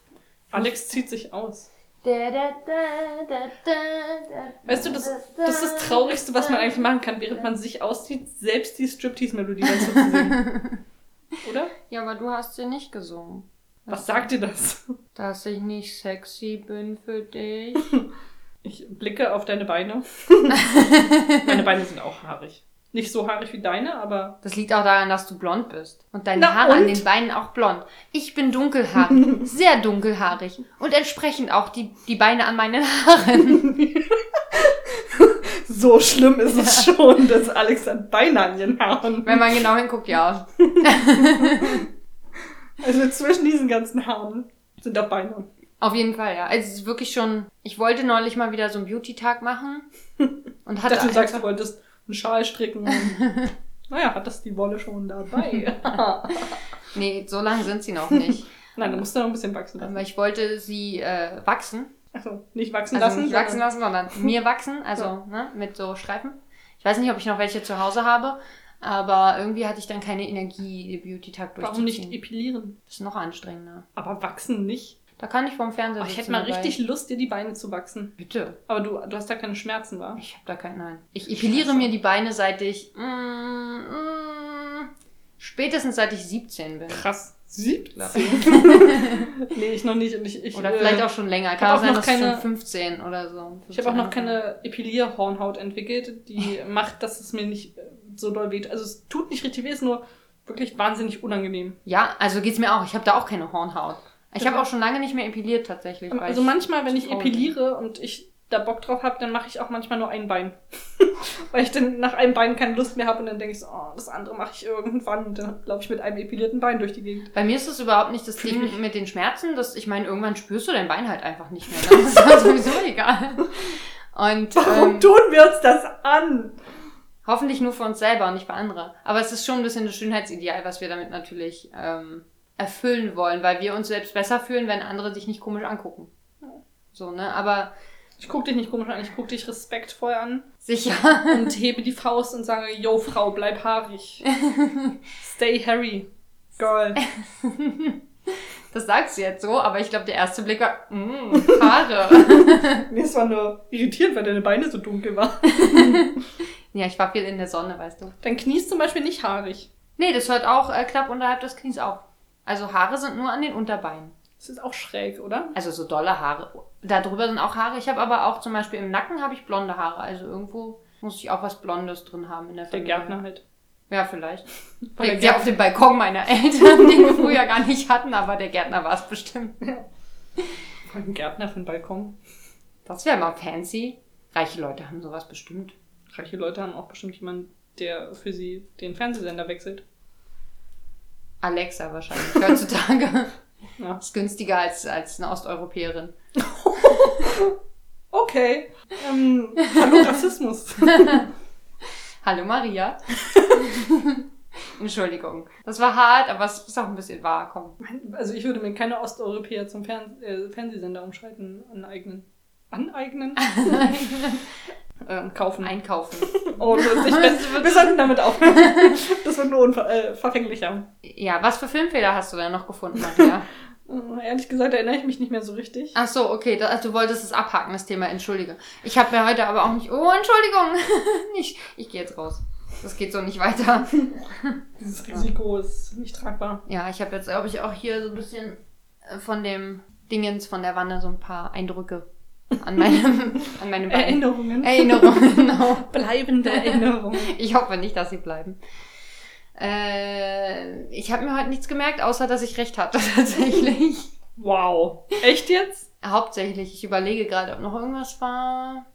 Speaker 1: Alex zieht sich aus.
Speaker 2: Da, da, da, da, da, da,
Speaker 1: Weißt du, das, das ist das Traurigste, was man eigentlich machen kann, während man sich auszieht, selbst die Striptease-Melodie dazu zu singen. Oder?
Speaker 2: Ja, aber du hast sie nicht gesungen.
Speaker 1: Was sagt dir das?
Speaker 2: Dass ich nicht sexy bin für dich.
Speaker 1: Ich blicke auf deine Beine. Meine Beine sind auch haarig. Nicht so haarig wie deine, aber
Speaker 2: Das liegt auch daran, dass du blond bist. Und deine
Speaker 1: Na
Speaker 2: Haare an
Speaker 1: und?
Speaker 2: den Beinen auch blond. Ich bin dunkelhaarig. sehr dunkelhaarig. Und entsprechend auch die, die Beine an meinen Haaren.
Speaker 1: so schlimm ist es schon, dass Alex an Beine an ihren Haaren.
Speaker 2: Wenn man genau hinguckt, ja.
Speaker 1: Also zwischen diesen ganzen Haaren sind auch Beine.
Speaker 2: Auf jeden Fall, ja. Also es ist wirklich schon. Ich wollte neulich mal wieder so einen Beauty-Tag machen. Und
Speaker 1: Ich
Speaker 2: hatte
Speaker 1: dachte, du sagst, du wolltest einen Schal stricken. naja, hat das die Wolle schon dabei.
Speaker 2: Nee, so lang sind sie noch nicht.
Speaker 1: Nein, du musst da noch ein bisschen wachsen lassen.
Speaker 2: Aber ich wollte sie äh, wachsen.
Speaker 1: Also nicht wachsen
Speaker 2: Also
Speaker 1: lassen. Mhm.
Speaker 2: nicht wachsen lassen, sondern mir wachsen. Also
Speaker 1: Ja.
Speaker 2: ne, mit so Streifen. Ich Ich weiß nicht, ob ich noch welche zu Hause habe, aber irgendwie hatte ich dann keine Energie, den Beauty-Tag
Speaker 1: Warum
Speaker 2: durchzuziehen.
Speaker 1: nicht epilieren?
Speaker 2: Das ist noch anstrengender.
Speaker 1: Aber wachsen nicht.
Speaker 2: Da kann ich vorm Fernseher
Speaker 1: Oh, ich hätte
Speaker 2: sitzen
Speaker 1: mal
Speaker 2: dabei.
Speaker 1: richtig Lust, dir die Beine zu wachsen.
Speaker 2: Bitte.
Speaker 1: Aber du, du hast da keine Schmerzen, wa?
Speaker 2: Ich habe da kein Nein. Ich epiliere mir die Beine seit ich. Mm, mm, spätestens seit ich 17 bin.
Speaker 1: Krass. 17? nee, ich noch nicht. Und ich, ich,
Speaker 2: Oder
Speaker 1: äh,
Speaker 2: vielleicht auch schon länger. Kann
Speaker 1: hab
Speaker 2: auch
Speaker 1: auch
Speaker 2: sein,
Speaker 1: noch
Speaker 2: dass keine...
Speaker 1: keine-
Speaker 2: schon 15 oder so.
Speaker 1: Ich habe auch noch
Speaker 2: 15.
Speaker 1: keine Epilierhornhaut entwickelt, die macht, dass es mir nicht äh, so doll weht. Also es tut nicht richtig weh, ist nur wirklich wahnsinnig unangenehm.
Speaker 2: Ja, also geht's mir auch. Ich habe da auch keine Hornhaut. Ich habe
Speaker 1: Genau.
Speaker 2: auch schon lange nicht mehr epiliert tatsächlich. weil
Speaker 1: Also
Speaker 2: ich-
Speaker 1: manchmal, wenn ich
Speaker 2: traurig.
Speaker 1: epiliere und ich da Bock drauf habe, dann mache ich auch manchmal nur ein Bein. Weil ich dann nach einem Bein keine Lust mehr habe und dann denke ich so, oh, das andere mache ich irgendwann. Und dann laufe ich mit einem epilierten Bein durch die Gegend.
Speaker 2: Bei mir ist es überhaupt nicht das Ding mit den Schmerzen, dass ich meine, irgendwann spürst du dein Bein halt einfach nicht mehr. Das ist dann sowieso egal. Und
Speaker 1: Warum
Speaker 2: ähm,
Speaker 1: tun wir uns das an?
Speaker 2: hoffentlich nur für uns selber und nicht für andere. Aber es ist schon ein bisschen das Schönheitsideal, was wir damit natürlich ähm, erfüllen wollen, weil wir uns selbst besser fühlen, wenn andere dich nicht komisch angucken. So, ne? Aber
Speaker 1: Ich gucke dich nicht komisch an, ich gucke dich respektvoll an
Speaker 2: sicher.
Speaker 1: und hebe die Faust und sage, yo Frau, bleib haarig. Stay hairy, girl.
Speaker 2: Das sagst du jetzt so, aber ich glaube, der erste Blick war, mm, Haare.
Speaker 1: Mir ist war nur irritiert, weil deine Beine so dunkel waren.
Speaker 2: ja, ich war viel in der Sonne, weißt du.
Speaker 1: Dein Knie ist zum Beispiel nicht haarig.
Speaker 2: Nee, das hört auch äh, knapp unterhalb des Knies auf. Also Haare sind nur an den Unterbeinen.
Speaker 1: Das ist auch schräg, oder?
Speaker 2: Also so dolle Haare. Da drüber sind auch Haare. Ich habe aber auch zum Beispiel im Nacken habe ich blonde Haare. Also irgendwo muss ich auch was Blondes drin haben in der
Speaker 1: Der
Speaker 2: Familie.
Speaker 1: Gärtner halt.
Speaker 2: Ja, vielleicht.
Speaker 1: Weil der
Speaker 2: Liegt ja auf dem Balkon meiner Eltern, den wir früher gar nicht hatten, aber der Gärtner war es bestimmt.
Speaker 1: Gärtner- Ein Gärtner für den Balkon.
Speaker 2: Das wäre mal fancy. Reiche Leute haben sowas bestimmt.
Speaker 1: Reiche Leute haben auch bestimmt jemanden, der für sie den Fernsehsender wechselt.
Speaker 2: Alexa wahrscheinlich heutzutage.
Speaker 1: Ja.
Speaker 2: Ist günstiger als, als eine Osteuropäerin.
Speaker 1: Okay. Ähm, hallo Rassismus.
Speaker 2: Hallo Maria. Entschuldigung. Das war hart, aber es ist auch ein bisschen wahr. Komm.
Speaker 1: Also ich würde mir keine Osteuropäer zum Fern äh, Fernsehsender umschalten, aneignen. Aneignen? ähm, kaufen.
Speaker 2: Einkaufen.
Speaker 1: Oh, das ist nicht wir sollten damit aufhören. Das wird nur unver äh, verfänglicher.
Speaker 2: Ja, was für Filmfehler hast du denn noch gefunden, Maria?
Speaker 1: Äh, Ehrlich gesagt erinnere ich mich nicht mehr so richtig.
Speaker 2: Ach so, okay, da, du wolltest es abhaken, das Thema, entschuldige. Ich habe mir heute aber auch nicht... Oh, Entschuldigung. nicht, ich gehe jetzt raus. Das geht so nicht weiter.
Speaker 1: Dieses Risiko ist nicht tragbar.
Speaker 2: Ja, ich habe jetzt, glaube ich, auch hier so ein bisschen äh, von dem Dingens von der Wanne so ein paar Eindrücke an meinem, an meinem Bein.
Speaker 1: Erinnerungen.
Speaker 2: Erinnerungen, genau.
Speaker 1: Bleibende Erinnerungen.
Speaker 2: Ich hoffe nicht, dass sie bleiben. Äh, ich habe mir heute nichts gemerkt, außer dass ich recht hatte, tatsächlich.
Speaker 1: Wow. Echt jetzt?
Speaker 2: Hauptsächlich, ich überlege gerade, ob noch irgendwas war.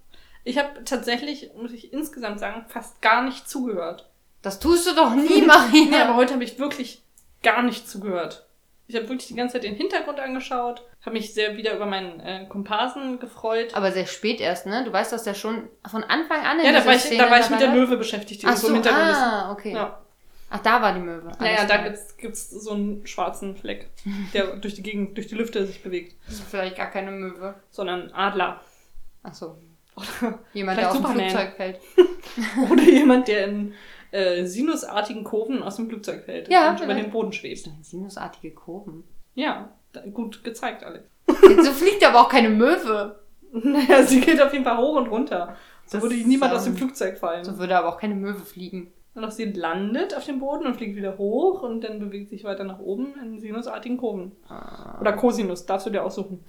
Speaker 1: Ich habe tatsächlich, muss ich insgesamt sagen, fast gar nicht zugehört.
Speaker 2: Das tust du doch nie,
Speaker 1: Nee, aber
Speaker 2: Maria.
Speaker 1: heute habe ich wirklich gar nicht zugehört. Ich habe wirklich die ganze Zeit den Hintergrund angeschaut, habe mich sehr wieder über meinen äh, Komparsen gefreut.
Speaker 2: Aber sehr spät erst, ne? Du weißt, dass der schon von Anfang an in
Speaker 1: ja, da
Speaker 2: dieser
Speaker 1: war, ich,
Speaker 2: Szene
Speaker 1: da war ich mit der
Speaker 2: dabei
Speaker 1: Möwe beschäftigt, die
Speaker 2: Ach
Speaker 1: so
Speaker 2: so,
Speaker 1: im Hintergrund ist.
Speaker 2: ah, okay.
Speaker 1: Ja,
Speaker 2: Ach, da war die Möwe.
Speaker 1: naja,
Speaker 2: Alles
Speaker 1: da
Speaker 2: klar.
Speaker 1: gibt's, gibt's so einen schwarzen Fleck, der durch die Gegend, durch die Lüfte sich bewegt,
Speaker 2: Das ist vielleicht gar keine Möwe.
Speaker 1: sondern Adler.
Speaker 2: Ach so.
Speaker 1: Oder
Speaker 2: Jemand,
Speaker 1: Vielleicht
Speaker 2: der aus dem
Speaker 1: Superman.
Speaker 2: Flugzeug fällt.
Speaker 1: Oder jemand, der in äh, sinusartigen Kurven aus dem Flugzeug fällt
Speaker 2: Ja,
Speaker 1: und über
Speaker 2: vielleicht.
Speaker 1: den Boden
Speaker 2: Das
Speaker 1: schwebt.
Speaker 2: sind Sinusartige Kurven.
Speaker 1: Ja, da- gut gezeigt, Alex.
Speaker 2: So fliegt aber auch keine Möwe.
Speaker 1: Naja, sie geht auf jeden Fall hoch und runter. So
Speaker 2: Das
Speaker 1: würde
Speaker 2: ist,
Speaker 1: niemand
Speaker 2: ähm,
Speaker 1: aus dem Flugzeug fallen.
Speaker 2: So würde aber auch keine Möwe fliegen.
Speaker 1: Und auch sie landet auf dem Boden und fliegt wieder hoch und dann bewegt sich weiter nach oben in sinusartigen Kurven.
Speaker 2: Ah.
Speaker 1: Oder Cosinus, darfst du dir aussuchen.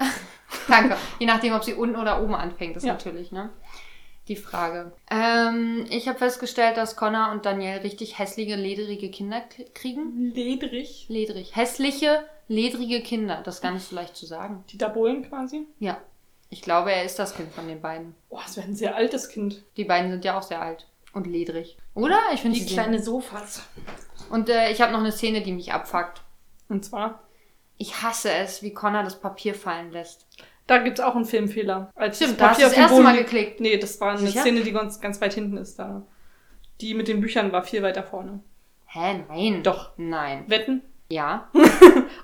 Speaker 2: Danke. Je nachdem, ob sie unten oder oben anfängt, ist
Speaker 1: Ja.
Speaker 2: natürlich, ne? Die Frage. Ähm, ich habe festgestellt, dass Connor und Danielle richtig hässliche, lederige Kinder k- kriegen.
Speaker 1: Ledrig.
Speaker 2: Ledrig. Hässliche, ledrige Kinder. Das ist gar nicht so leicht zu sagen.
Speaker 1: Die Dabolen quasi.
Speaker 2: Ja. Ich glaube, er ist das Kind von den beiden.
Speaker 1: Oh, es wäre ein sehr altes Kind.
Speaker 2: Die beiden sind ja auch sehr alt und ledrig. Oder? Ich finde sie sehen-
Speaker 1: Sofas.
Speaker 2: Und äh, ich habe noch eine Szene, die mich abfuckt.
Speaker 1: Und zwar,
Speaker 2: Ich hasse es, wie Connor das Papier fallen lässt.
Speaker 1: da gibt's auch einen Filmfehler. Als
Speaker 2: Stimmt, da hast du das erste Mal geklickt.
Speaker 1: Nee, das war eine
Speaker 2: Sicher?
Speaker 1: Szene, die ganz, ganz weit hinten ist. Da. Die mit den Büchern war viel weiter vorne.
Speaker 2: Hä, nein.
Speaker 1: Doch.
Speaker 2: Nein.
Speaker 1: Wetten?
Speaker 2: Ja.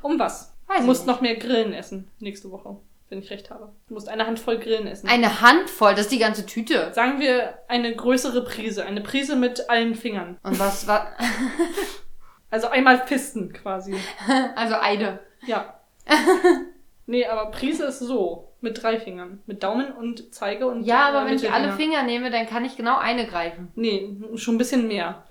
Speaker 1: Um was?
Speaker 2: Weiß
Speaker 1: Du
Speaker 2: ich
Speaker 1: musst
Speaker 2: nicht.
Speaker 1: noch mehr Grillen essen nächste Woche. wenn ich recht habe. Du musst eine Handvoll Grillen essen.
Speaker 2: Eine Handvoll, das ist die ganze Tüte.
Speaker 1: Sagen wir eine größere Prise, eine Prise mit allen Fingern.
Speaker 2: Und was war.
Speaker 1: Also einmal Pisten quasi.
Speaker 2: Also eine.
Speaker 1: Ja. nee, aber Prise ist so. Mit drei Fingern. Mit Daumen und Zeige und
Speaker 2: Ja, genau.
Speaker 1: äh,
Speaker 2: aber wenn ich alle
Speaker 1: Mittelfinger.
Speaker 2: Finger nehme, dann kann ich genau eine greifen.
Speaker 1: Nee, schon ein bisschen mehr.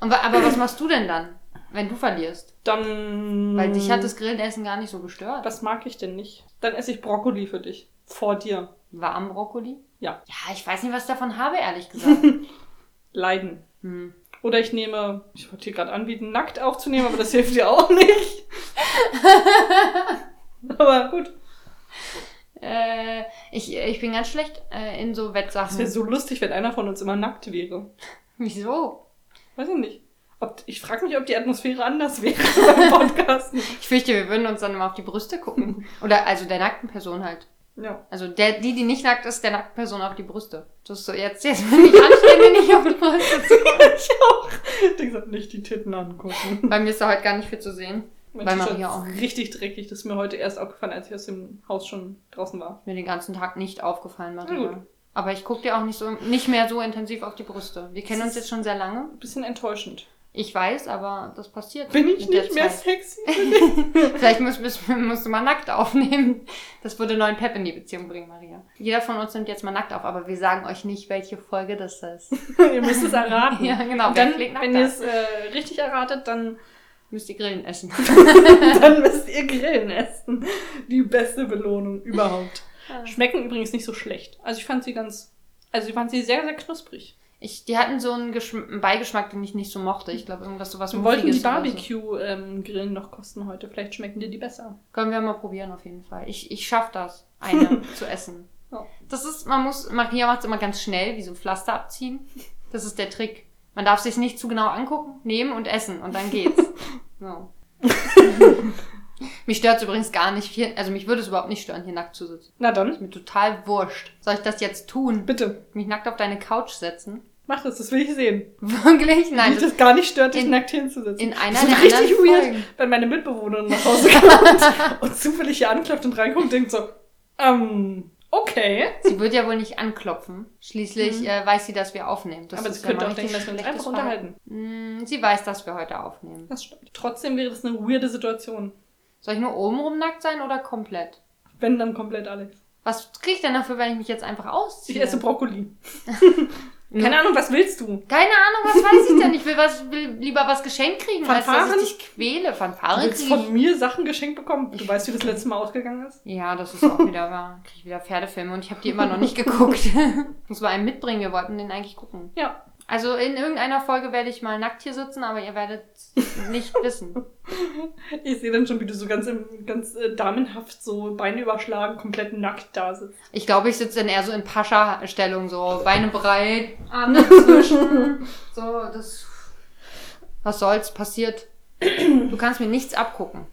Speaker 2: Und, wa- aber was machst du denn dann, wenn du verlierst?
Speaker 1: Dann.
Speaker 2: Weil dich hat das Grillenessen gar nicht so gestört.
Speaker 1: Was mag ich denn nicht? Dann esse ich Brokkoli für dich. Vor dir.
Speaker 2: Warm Brokkoli?
Speaker 1: Ja.
Speaker 2: Ja, ich weiß nicht, was ich davon habe, ehrlich gesagt.
Speaker 1: Leiden.
Speaker 2: hm.
Speaker 1: Oder ich nehme, ich wollte dir gerade anbieten, nackt aufzunehmen, aber das hilft dir auch nicht. aber gut,
Speaker 2: äh, ich, ich bin ganz schlecht äh, in so
Speaker 1: es
Speaker 2: Wettsachen.
Speaker 1: wäre so lustig, wenn einer von uns immer nackt wäre.
Speaker 2: Wieso?
Speaker 1: Weiß ich nicht. Ob, ich frage mich, ob die Atmosphäre anders wäre beim Podcasten.
Speaker 2: Ich fürchte, wir würden uns dann immer auf die Brüste gucken. Oder also der nackten Person halt.
Speaker 1: Ja.
Speaker 2: Also der, die, die nicht nackt ist, der nackten Person auf die Brüste. Das ist so, jetzt, jetzt bin ich anständig nicht auf die Brüste. zu-
Speaker 1: ich auch. Die gesagt, nicht die Titten angucken.
Speaker 2: Bei mir ist da heute gar nicht viel zu sehen.
Speaker 1: Mein
Speaker 2: Bei
Speaker 1: T-Shirt
Speaker 2: Maria auch
Speaker 1: ist richtig dreckig. Das ist mir heute erst aufgefallen, als ich aus dem Haus schon draußen war.
Speaker 2: Mir den ganzen Tag nicht aufgefallen,
Speaker 1: Na
Speaker 2: Maria.
Speaker 1: gut.
Speaker 2: Aber ich gucke dir auch nicht, so, nicht mehr so intensiv auf die Brüste. Wir kennen uns jetzt schon sehr lange.
Speaker 1: Ein bisschen enttäuschend.
Speaker 2: Ich weiß, aber das passiert.
Speaker 1: Bin ich
Speaker 2: mit der
Speaker 1: nicht mehr
Speaker 2: Zeit.
Speaker 1: sexy?
Speaker 2: Vielleicht musst, musst, musst du mal nackt aufnehmen. Das würde neuen Pep in die Beziehung bringen, Maria. Jeder von uns nimmt jetzt mal nackt auf, aber wir sagen euch nicht, welche Folge das ist.
Speaker 1: ihr müsst es erraten.
Speaker 2: Ja, genau.
Speaker 1: Und dann,
Speaker 2: Wer klickt nackt
Speaker 1: wenn ihr
Speaker 2: an?
Speaker 1: es äh, richtig erratet, dann,
Speaker 2: Müsst ihr Grillen essen.
Speaker 1: dann müsst ihr Grillen essen. Die beste Belohnung überhaupt. Schmecken übrigens nicht so schlecht. Also ich fand sie ganz, also ich fand sie sehr, sehr knusprig.
Speaker 2: Ich, die hatten so einen, Geschm einen Beigeschmack, den ich nicht so mochte. Ich glaube, irgendwas sowas
Speaker 1: Wir wollten die
Speaker 2: Muffiges oder
Speaker 1: Barbecue-Grillen noch kosten heute. Vielleicht schmecken dir die besser.
Speaker 2: So. Können wir mal probieren auf jeden Fall. Ich, ich schaff das, eine zu essen.
Speaker 1: Ja.
Speaker 2: Das ist, man muss, Maria macht es immer ganz schnell, wie so ein Pflaster abziehen. Das ist der Trick. Man darf sich nicht zu genau angucken, nehmen und essen und dann geht's. so. mich stört's übrigens gar nicht, hier, also mich würde es überhaupt nicht stören, hier nackt zu sitzen.
Speaker 1: Na dann,
Speaker 2: Ist mir total wurscht. Soll ich das jetzt tun?
Speaker 1: bitte,
Speaker 2: Mich nackt auf deine Couch setzen?
Speaker 1: mach es, das will ich sehen.
Speaker 2: Wirklich?
Speaker 1: Nein,
Speaker 2: Nein,
Speaker 1: Wie
Speaker 2: das
Speaker 1: das gar nicht stört, dich
Speaker 2: in-
Speaker 1: nackt hinzusetzen.
Speaker 2: in einer
Speaker 1: Das ist
Speaker 2: der
Speaker 1: richtig
Speaker 2: anderen
Speaker 1: weird,
Speaker 2: Folgen.
Speaker 1: wenn meine Mitbewohnerin nach Hause kommt und zufällig hier anklopft und reinkommt und denkt so, ähm, okay.
Speaker 2: Sie wird ja wohl nicht anklopfen. Schließlich
Speaker 1: Mhm.
Speaker 2: äh, weiß sie, dass wir aufnehmen. Das
Speaker 1: Aber
Speaker 2: ist
Speaker 1: sie könnte
Speaker 2: ja mal
Speaker 1: auch denken, dass
Speaker 2: richtig
Speaker 1: wir uns einfach
Speaker 2: schlechtes
Speaker 1: unterhalten.
Speaker 2: Verhalten. Mm, Sie weiß, dass wir heute aufnehmen.
Speaker 1: Das stimmt. Trotzdem wäre das eine weirde Situation.
Speaker 2: Soll ich nur obenrum nackt sein oder komplett?
Speaker 1: Wenn, dann komplett Alex.
Speaker 2: Was krieg ich denn dafür, wenn ich mich jetzt einfach
Speaker 1: Ich
Speaker 2: ausziehe?
Speaker 1: esse Brokkoli.
Speaker 2: Nur-
Speaker 1: Keine Ahnung, was willst du?
Speaker 2: Keine Ahnung, was weiß ich denn? Ich will, was, will lieber was geschenkt kriegen, als
Speaker 1: Fanfaren?
Speaker 2: dass ich dich quäle.
Speaker 1: Du
Speaker 2: Fanfaren
Speaker 1: willst
Speaker 2: krieg ich.
Speaker 1: von mir Sachen geschenkt bekommen. Du weißt, wie das letzte Mal ausgegangen ist?
Speaker 2: Ja, das ist auch wieder wahr. Krieg ich wieder Pferdefilme und ich habe die immer noch nicht geguckt. Muss mal einen mitbringen, wir wollten den eigentlich gucken.
Speaker 1: Ja.
Speaker 2: Also in irgendeiner Folge werde ich mal nackt hier sitzen, aber ihr werdet nicht wissen.
Speaker 1: Ich sehe dann schon, wie du so ganz, im- ganz äh, damenhaft so Beine überschlagen, komplett nackt da sitzt.
Speaker 2: Ich glaube, ich sitze dann eher so in Pascha-Stellung, so Beine breit, ne, Arme dazwischen. so, das. Was soll's, passiert. Du kannst mir nichts abgucken.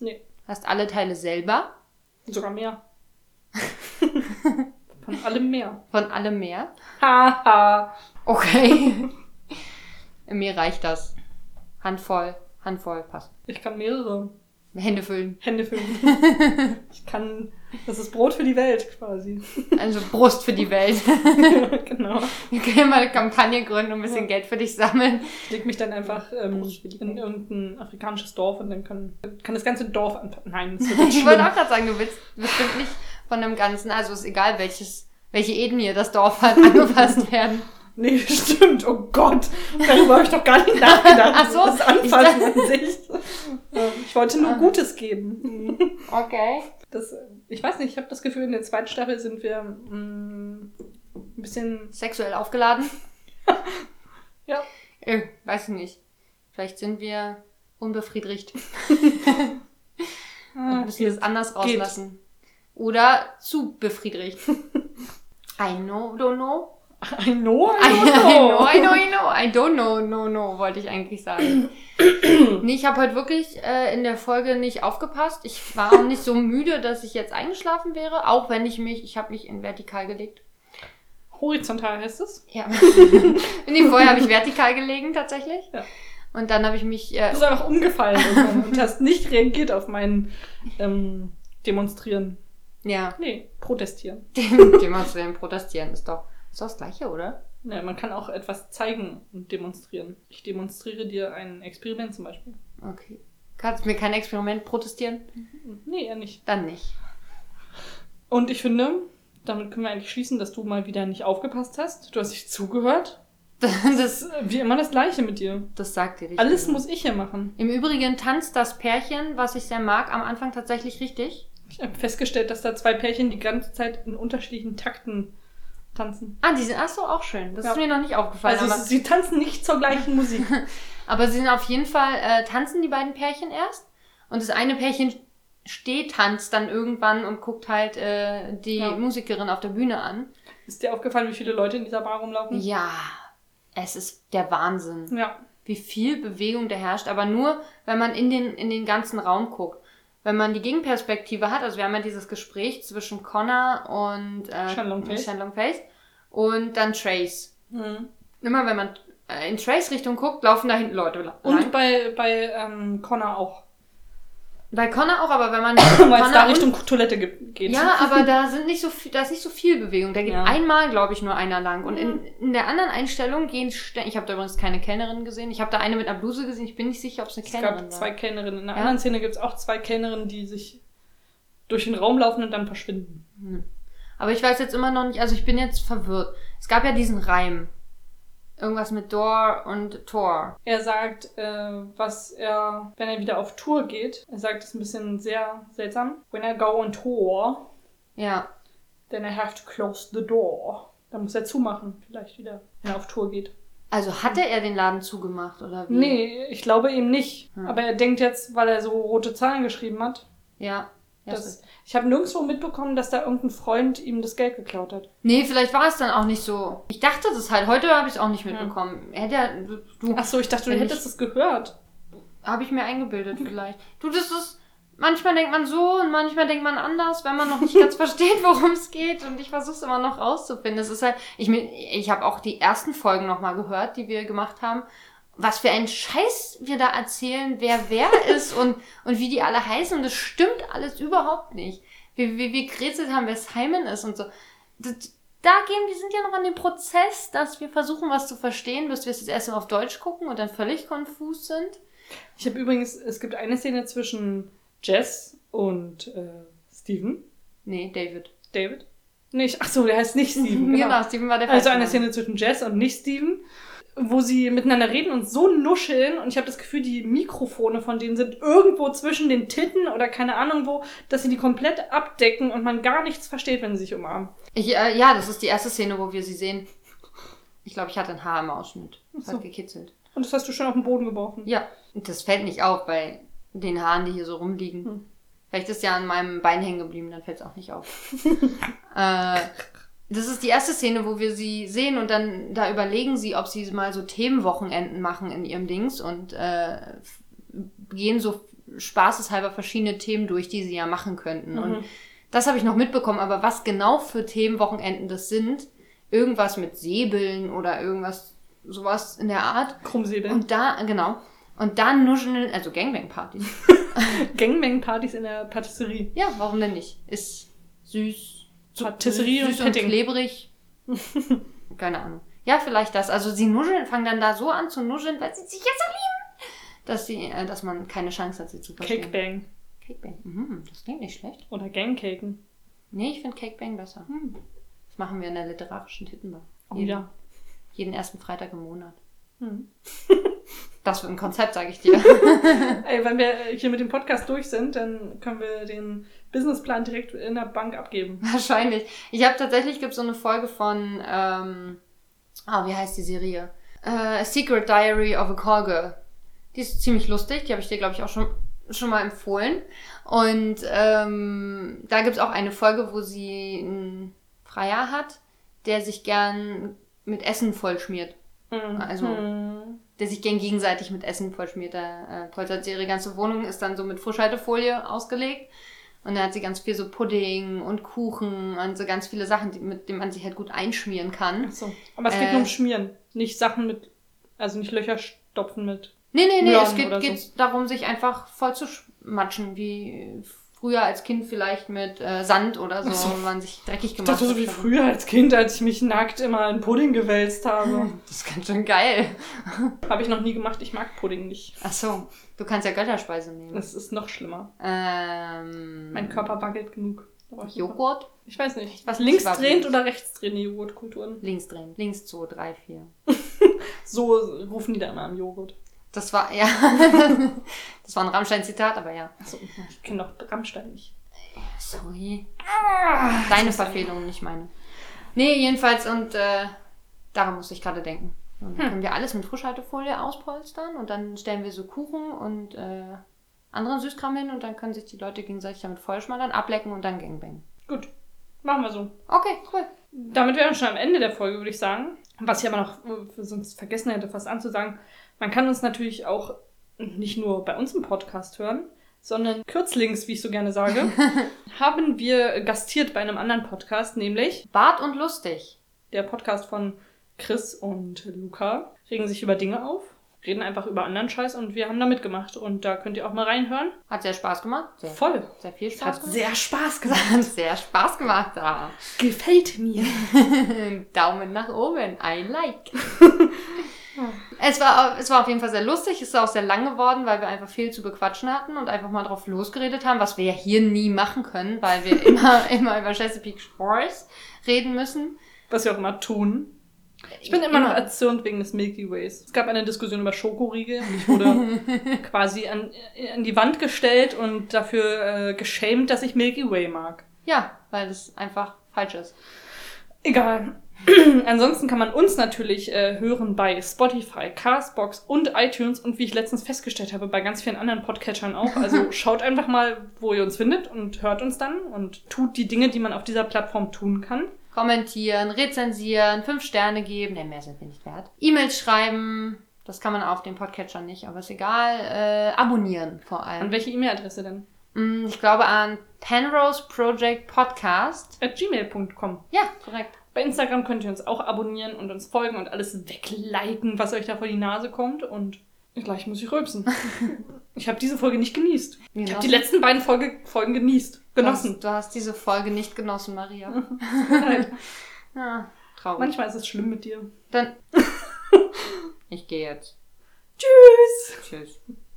Speaker 1: Nee,
Speaker 2: Hast alle Teile selber,
Speaker 1: sogar mehr. Von allem mehr.
Speaker 2: von allem mehr.
Speaker 1: Haha.
Speaker 2: Okay. mir reicht das. Handvoll, Handvoll, passt.
Speaker 1: ich kann mehrere
Speaker 2: Hände füllen.
Speaker 1: Hände füllen. Ich kann. Das ist Brot für die Welt quasi.
Speaker 2: Also Brust für die Welt.
Speaker 1: genau.
Speaker 2: Wir können mal eine Kampagne gründen und ein bisschen Geld für dich sammeln.
Speaker 1: Ich leg mich dann einfach ähm,
Speaker 2: Brust für die
Speaker 1: in
Speaker 2: Welt.
Speaker 1: irgendein afrikanisches Dorf und dann kann, kann das ganze Dorf anpacken. Nein, das wird
Speaker 2: Ich
Speaker 1: schlimm.
Speaker 2: wollte auch gerade sagen, du willst bestimmt nicht von dem Ganzen, also ist egal welches, welche Ethnie das Dorf hat, angepasst werden.
Speaker 1: Nee, stimmt. Oh Gott. Darüber habe ich doch gar nicht nachgedacht.
Speaker 2: Ach so. Ah.
Speaker 1: Das Anfassen an sich. Ähm, Ich wollte nur Gutes
Speaker 2: Mhm.
Speaker 1: geben.
Speaker 2: Okay.
Speaker 1: Das, ich weiß nicht, ich habe das Gefühl, in der zweiten Staffel sind wir mm, ein bisschen...
Speaker 2: Sexuell aufgeladen?
Speaker 1: Ja.
Speaker 2: Äh, weiß ich nicht. Vielleicht sind wir unbefriedigt
Speaker 1: Ah,
Speaker 2: und müssen das anders rauslassen. Oder zu befriedigt. I know, don't know.
Speaker 1: I know, I
Speaker 2: I, I know, I
Speaker 1: don't know.
Speaker 2: know, I know. I don't know, no, no, wollte ich eigentlich sagen. nee, ich habe heute wirklich äh, in der Folge nicht aufgepasst. Ich war auch nicht so müde, dass ich jetzt eingeschlafen wäre, auch wenn ich mich, ich habe mich in vertikal gelegt.
Speaker 1: Horizontal heißt es.
Speaker 2: Ja. nee, vorher habe ich vertikal gelegen tatsächlich.
Speaker 1: Ja.
Speaker 2: Und dann habe ich mich. Äh,
Speaker 1: Du bist einfach umgefallen irgendwann und hast nicht reagiert auf mein ähm, Demonstrieren.
Speaker 2: Ja.
Speaker 1: Nee, protestieren.
Speaker 2: Demonstrieren, protestieren ist doch, ist doch das Gleiche, oder?
Speaker 1: Naja, man kann auch etwas zeigen und demonstrieren. Ich demonstriere dir ein Experiment zum Beispiel.
Speaker 2: Okay. Kannst du mir kein Experiment protestieren?
Speaker 1: Nee, eher nicht.
Speaker 2: Dann nicht.
Speaker 1: Und ich finde, damit können wir eigentlich schließen, dass du mal wieder nicht aufgepasst hast. Du hast nicht zugehört.
Speaker 2: Das,
Speaker 1: Es ist Wie immer das Gleiche mit dir.
Speaker 2: das sagt dir richtig.
Speaker 1: Alles muss ich hier machen.
Speaker 2: Im Übrigen tanzt das Pärchen, was ich sehr mag, am Anfang tatsächlich richtig.
Speaker 1: Ich habe festgestellt, dass da zwei Pärchen die ganze Zeit in unterschiedlichen Takten tanzen.
Speaker 2: Ah, die sind ach so auch schön. Das
Speaker 1: Ja.
Speaker 2: ist mir noch nicht aufgefallen.
Speaker 1: Also
Speaker 2: aber,
Speaker 1: es- sie tanzen nicht zur gleichen Musik.
Speaker 2: aber sie sind auf jeden Fall, äh, tanzen die beiden Pärchen erst. Und das eine Pärchen steht, tanzt dann irgendwann und guckt halt äh, die
Speaker 1: Ja.
Speaker 2: Musikerin auf der Bühne an.
Speaker 1: Ist dir aufgefallen, wie viele Leute in dieser Bar rumlaufen?
Speaker 2: Ja, es ist der Wahnsinn.
Speaker 1: Ja.
Speaker 2: wie viel Bewegung da herrscht, aber nur, wenn man in den, in den ganzen Raum guckt. Wenn man die Gegenperspektive hat, also wir haben ja dieses Gespräch zwischen Connor und äh,
Speaker 1: Shanlong Face.
Speaker 2: Shanlong Face und dann Trace. Immer wenn man äh, in Trace-Richtung guckt, laufen da hinten Leute la-
Speaker 1: Und
Speaker 2: lang.
Speaker 1: bei, bei ähm, Connor auch.
Speaker 2: Bei Connor auch, aber wenn man
Speaker 1: Weil es da
Speaker 2: und-
Speaker 1: Richtung Toilette ge- geht.
Speaker 2: Ja, aber da sind nicht so viel, da ist nicht so viel Bewegung. Da geht
Speaker 1: Ja.
Speaker 2: einmal, glaube ich, nur einer lang. Und in, in der anderen Einstellung gehen ständig. Ich habe da übrigens keine Kellnerin gesehen. Ich habe da eine mit einer Bluse gesehen. Ich bin nicht sicher, ob es eine
Speaker 1: Es
Speaker 2: Kellnerin
Speaker 1: gab
Speaker 2: war.
Speaker 1: zwei Kellnerinnen. In einer
Speaker 2: Ja.
Speaker 1: anderen Szene gibt es auch zwei Kellnerinnen, die sich durch den Raum laufen und dann verschwinden.
Speaker 2: Hm. Aber ich weiß jetzt immer noch nicht, also ich bin jetzt verwirrt. Es gab ja diesen Reim. Irgendwas mit Door und Tor.
Speaker 1: Er sagt, äh, was er, wenn er wieder auf Tour geht, er sagt es ein bisschen sehr seltsam. When I go on tour,
Speaker 2: Ja.
Speaker 1: then I have to close the door. Dann muss er zumachen, vielleicht wieder, wenn er auf Tour geht.
Speaker 2: Also hatte er den Laden zugemacht oder wie?
Speaker 1: Hm. Nee, ich glaube ihm nicht.
Speaker 2: Hm.
Speaker 1: Aber er denkt jetzt, weil er so rote Zahlen geschrieben hat,
Speaker 2: Ja. ja
Speaker 1: dass.
Speaker 2: stimmt.
Speaker 1: Ich habe nirgendwo mitbekommen, dass da irgendein Freund ihm das Geld geklaut hat.
Speaker 2: nee, vielleicht war es dann auch nicht so. Ich dachte das halt. Heute habe ich es auch nicht mitbekommen. Hätte ja, du,
Speaker 1: Hm. Ach so, ich dachte, du
Speaker 2: Wenn
Speaker 1: hättest es gehört.
Speaker 2: habe ich mir eingebildet vielleicht. Du, das ist, manchmal denkt man so und manchmal denkt man anders, wenn man noch nicht ganz versteht, worum es geht. Und ich versuche es immer noch rauszufinden. Es ist halt, ich, mir- ich habe auch die ersten Folgen nochmal gehört, die wir gemacht haben. Was für einen Scheiß wir da erzählen, wer wer ist und, und wie die alle heißen. Und das stimmt alles überhaupt nicht. Wie, wie, wie gerätselt haben, wer Simon ist und so. Das, da gehen, wir sind ja noch an dem Prozess, dass wir versuchen, was zu verstehen, bis wir es jetzt erstmal auf Deutsch gucken und dann völlig konfus sind.
Speaker 1: Ich habe übrigens, es gibt eine Szene zwischen Jess und äh, Steven.
Speaker 2: Nee, David.
Speaker 1: David? Nicht, ach so, der heißt nicht Steven.
Speaker 2: genau.
Speaker 1: genau.
Speaker 2: Steven war der
Speaker 1: Also
Speaker 2: Festmann.
Speaker 1: eine Szene zwischen Jess und nicht Steven, wo sie miteinander reden und so nuscheln. Und ich habe das Gefühl, die Mikrofone von denen sind irgendwo zwischen den Titten oder keine Ahnung wo, dass sie die komplett abdecken und man gar nichts versteht, wenn sie sich umarmen.
Speaker 2: Ich, äh, ja, das ist die erste Szene, wo wir sie sehen. Ich glaube, ich hatte ein Haar im Ausschnitt. Das
Speaker 1: Ach so.
Speaker 2: hat gekitzelt.
Speaker 1: Und das hast du schon auf den Boden geworfen.
Speaker 2: Ja, und das fällt nicht auf bei den Haaren, die hier so rumliegen.
Speaker 1: Hm.
Speaker 2: Vielleicht ist ja an meinem Bein hängen geblieben, dann fällt es auch nicht auf. äh, das ist die erste Szene, wo wir sie sehen und dann da überlegen sie, ob sie mal so Themenwochenenden machen in ihrem Dings und äh, f- gehen so spaßeshalber verschiedene Themen durch, die sie ja machen könnten.
Speaker 1: Mhm.
Speaker 2: Und das habe ich noch mitbekommen, aber was genau für Themenwochenenden das sind, irgendwas mit Säbeln oder irgendwas sowas in der Art,
Speaker 1: Krummsäbeln.
Speaker 2: und da, genau. Und da nuscheln, also Gangbang-Partys.
Speaker 1: Gangbang-Partys in der Patisserie.
Speaker 2: Ja, warum denn nicht? Ist süß. so-
Speaker 1: Patisserie und
Speaker 2: süß und
Speaker 1: Petting.
Speaker 2: klebrig. Keine Ahnung. Ja, vielleicht das. Also sie nuscheln, fangen dann da so an zu nuscheln, weil sie sich ja so lieben, dass sie, äh, dass man keine Chance hat, sie zu verstehen.
Speaker 1: Cakebang.
Speaker 2: Cakebang. Mhm, das klingt nicht schlecht.
Speaker 1: Oder Gangcaken.
Speaker 2: Nee, ich finde Cakebang besser. Hm. Das machen wir in der literarischen Tittenbar.
Speaker 1: Auch
Speaker 2: Jeden,
Speaker 1: wieder.
Speaker 2: jeden ersten Freitag im Monat.
Speaker 1: Hm.
Speaker 2: Das wird ein Konzept, sage ich dir.
Speaker 1: Ey, wenn wir hier mit dem Podcast durch sind, dann können wir den Businessplan direkt in der Bank abgeben.
Speaker 2: Wahrscheinlich. Ich habe tatsächlich, gibt so eine Folge von, ähm, ah, wie heißt die Serie? Äh, A Secret Diary of a Call Girl. Die ist ziemlich lustig, die habe ich dir, glaube ich, auch schon, schon mal empfohlen. Und ähm, da gibt's auch eine Folge, wo sie einen Freier hat, der sich gern mit Essen vollschmiert. Also-
Speaker 1: Hm.
Speaker 2: Der sich gern gegenseitig mit Essen vollschmiert. Da äh, poltert sie ihre ganze Wohnung, ist dann so mit Frischhaltefolie ausgelegt. Und da hat sie ganz viel so Pudding und Kuchen und so ganz viele Sachen, die, mit denen man sich halt gut einschmieren kann.
Speaker 1: So. Aber es geht nur um
Speaker 2: Äh.
Speaker 1: Schmieren. Nicht Sachen mit, also nicht Löcher stopfen mit.
Speaker 2: Nee, nee, nee,
Speaker 1: Möhren
Speaker 2: es geht
Speaker 1: oder so.
Speaker 2: geht's darum, sich einfach voll zu schmatschen, wie früher als Kind vielleicht mit äh, Sand oder so,
Speaker 1: Ach so.
Speaker 2: wo man sich dreckig
Speaker 1: Ich
Speaker 2: gemacht
Speaker 1: dachte so wie
Speaker 2: hat.
Speaker 1: früher als Kind, als ich mich nackt immer in Pudding gewälzt habe.
Speaker 2: Das ist ganz schön geil.
Speaker 1: habe ich noch nie gemacht. Ich mag Pudding nicht.
Speaker 2: Ach so, du kannst ja Götterspeise nehmen.
Speaker 1: Das ist noch schlimmer.
Speaker 2: Ähm,
Speaker 1: Mein Körper wackelt genug. Aber ich-
Speaker 2: Joghurt?
Speaker 1: Ich weiß nicht.
Speaker 2: Was
Speaker 1: Was
Speaker 2: nicht
Speaker 1: links
Speaker 2: wackelt.
Speaker 1: drehend oder rechts drehende Joghurtkulturen?
Speaker 2: Links drehen. Links 2, 3, 4.
Speaker 1: So rufen die da immer am Joghurt.
Speaker 2: Das war, ja. das war ein Rammstein-Zitat, aber ja.
Speaker 1: Achso, ich kenne doch Rammstein nicht.
Speaker 2: Sorry.
Speaker 1: Ah,
Speaker 2: Deine Verfehlung, nicht meine. Nee, jedenfalls, und äh, daran musste ich gerade denken. Und dann
Speaker 1: Hm.
Speaker 2: können wir alles mit Frischhaltefolie auspolstern und dann stellen wir so Kuchen und äh, anderen Süßkram hin und dann können sich die Leute gegenseitig damit vollschmallern, ablecken und dann gangbang.
Speaker 1: Gut, machen wir so.
Speaker 2: Okay, cool.
Speaker 1: Damit wären wir schon am Ende der Folge, würde ich sagen. Was ich aber noch äh, sonst vergessen hätte, fast anzusagen. Man kann uns natürlich auch nicht nur bei uns im Podcast hören, sondern kürzlings, wie ich so gerne sage, haben wir gastiert bei einem anderen Podcast, nämlich
Speaker 2: Bart und lustig.
Speaker 1: der Podcast von Chris und Luca. Regen sich über Dinge auf, reden einfach über anderen Scheiß und wir haben da mitgemacht. Und da könnt ihr auch mal reinhören.
Speaker 2: Hat sehr Spaß gemacht. Sehr,
Speaker 1: Voll.
Speaker 2: sehr viel Spaß
Speaker 1: Hat
Speaker 2: gemacht.
Speaker 1: sehr Spaß gemacht.
Speaker 2: Hat sehr Spaß gemacht Ah. da.
Speaker 1: Gefällt mir.
Speaker 2: Daumen nach oben, ein Like. es, war, es war auf jeden Fall sehr lustig, es ist auch sehr lang geworden, weil wir einfach viel zu bequatschen hatten und einfach mal drauf losgeredet haben, was wir ja hier nie machen können, weil wir immer, immer über Chesapeake Shores reden müssen.
Speaker 1: Was wir auch immer tun. Ich bin immer, noch erzürnt wegen des Milky Ways. Es gab eine Diskussion über Schokoriegel und ich wurde quasi an, an die Wand gestellt und dafür äh, geschämt, dass ich Milky Way mag.
Speaker 2: Ja, weil das einfach falsch ist.
Speaker 1: Egal. Ansonsten kann man uns natürlich äh, hören bei Spotify, Castbox und iTunes und wie ich letztens festgestellt habe, bei ganz vielen anderen Podcatchern auch. Also schaut einfach mal, wo ihr uns findet und hört uns dann und tut die Dinge, die man auf dieser Plattform tun kann.
Speaker 2: Kommentieren, rezensieren, fünf Sterne geben, denn mehr sind wir nicht wert. E-Mails schreiben, das kann man auf dem Podcatcher nicht, aber ist egal. Äh, abonnieren vor allem.
Speaker 1: An welche E-Mail-Adresse denn?
Speaker 2: Mm, Ich glaube an Penrose Project Podcast.
Speaker 1: At gmail.com.
Speaker 2: Ja, korrekt.
Speaker 1: Bei Instagram könnt ihr uns auch abonnieren und uns folgen und alles wegliken, was euch da vor die Nase kommt. Und gleich muss ich rülpsen. ich habe diese Folge nicht genießt. Ich habe die letzten beiden Folge, Folgen genießt. Genossen.
Speaker 2: Du hast, du hast diese Folge nicht genossen, Maria. Ja, traurig.
Speaker 1: Manchmal ist es schlimm mit dir.
Speaker 2: Dann. ich gehe jetzt.
Speaker 1: Tschüss!
Speaker 2: Tschüss.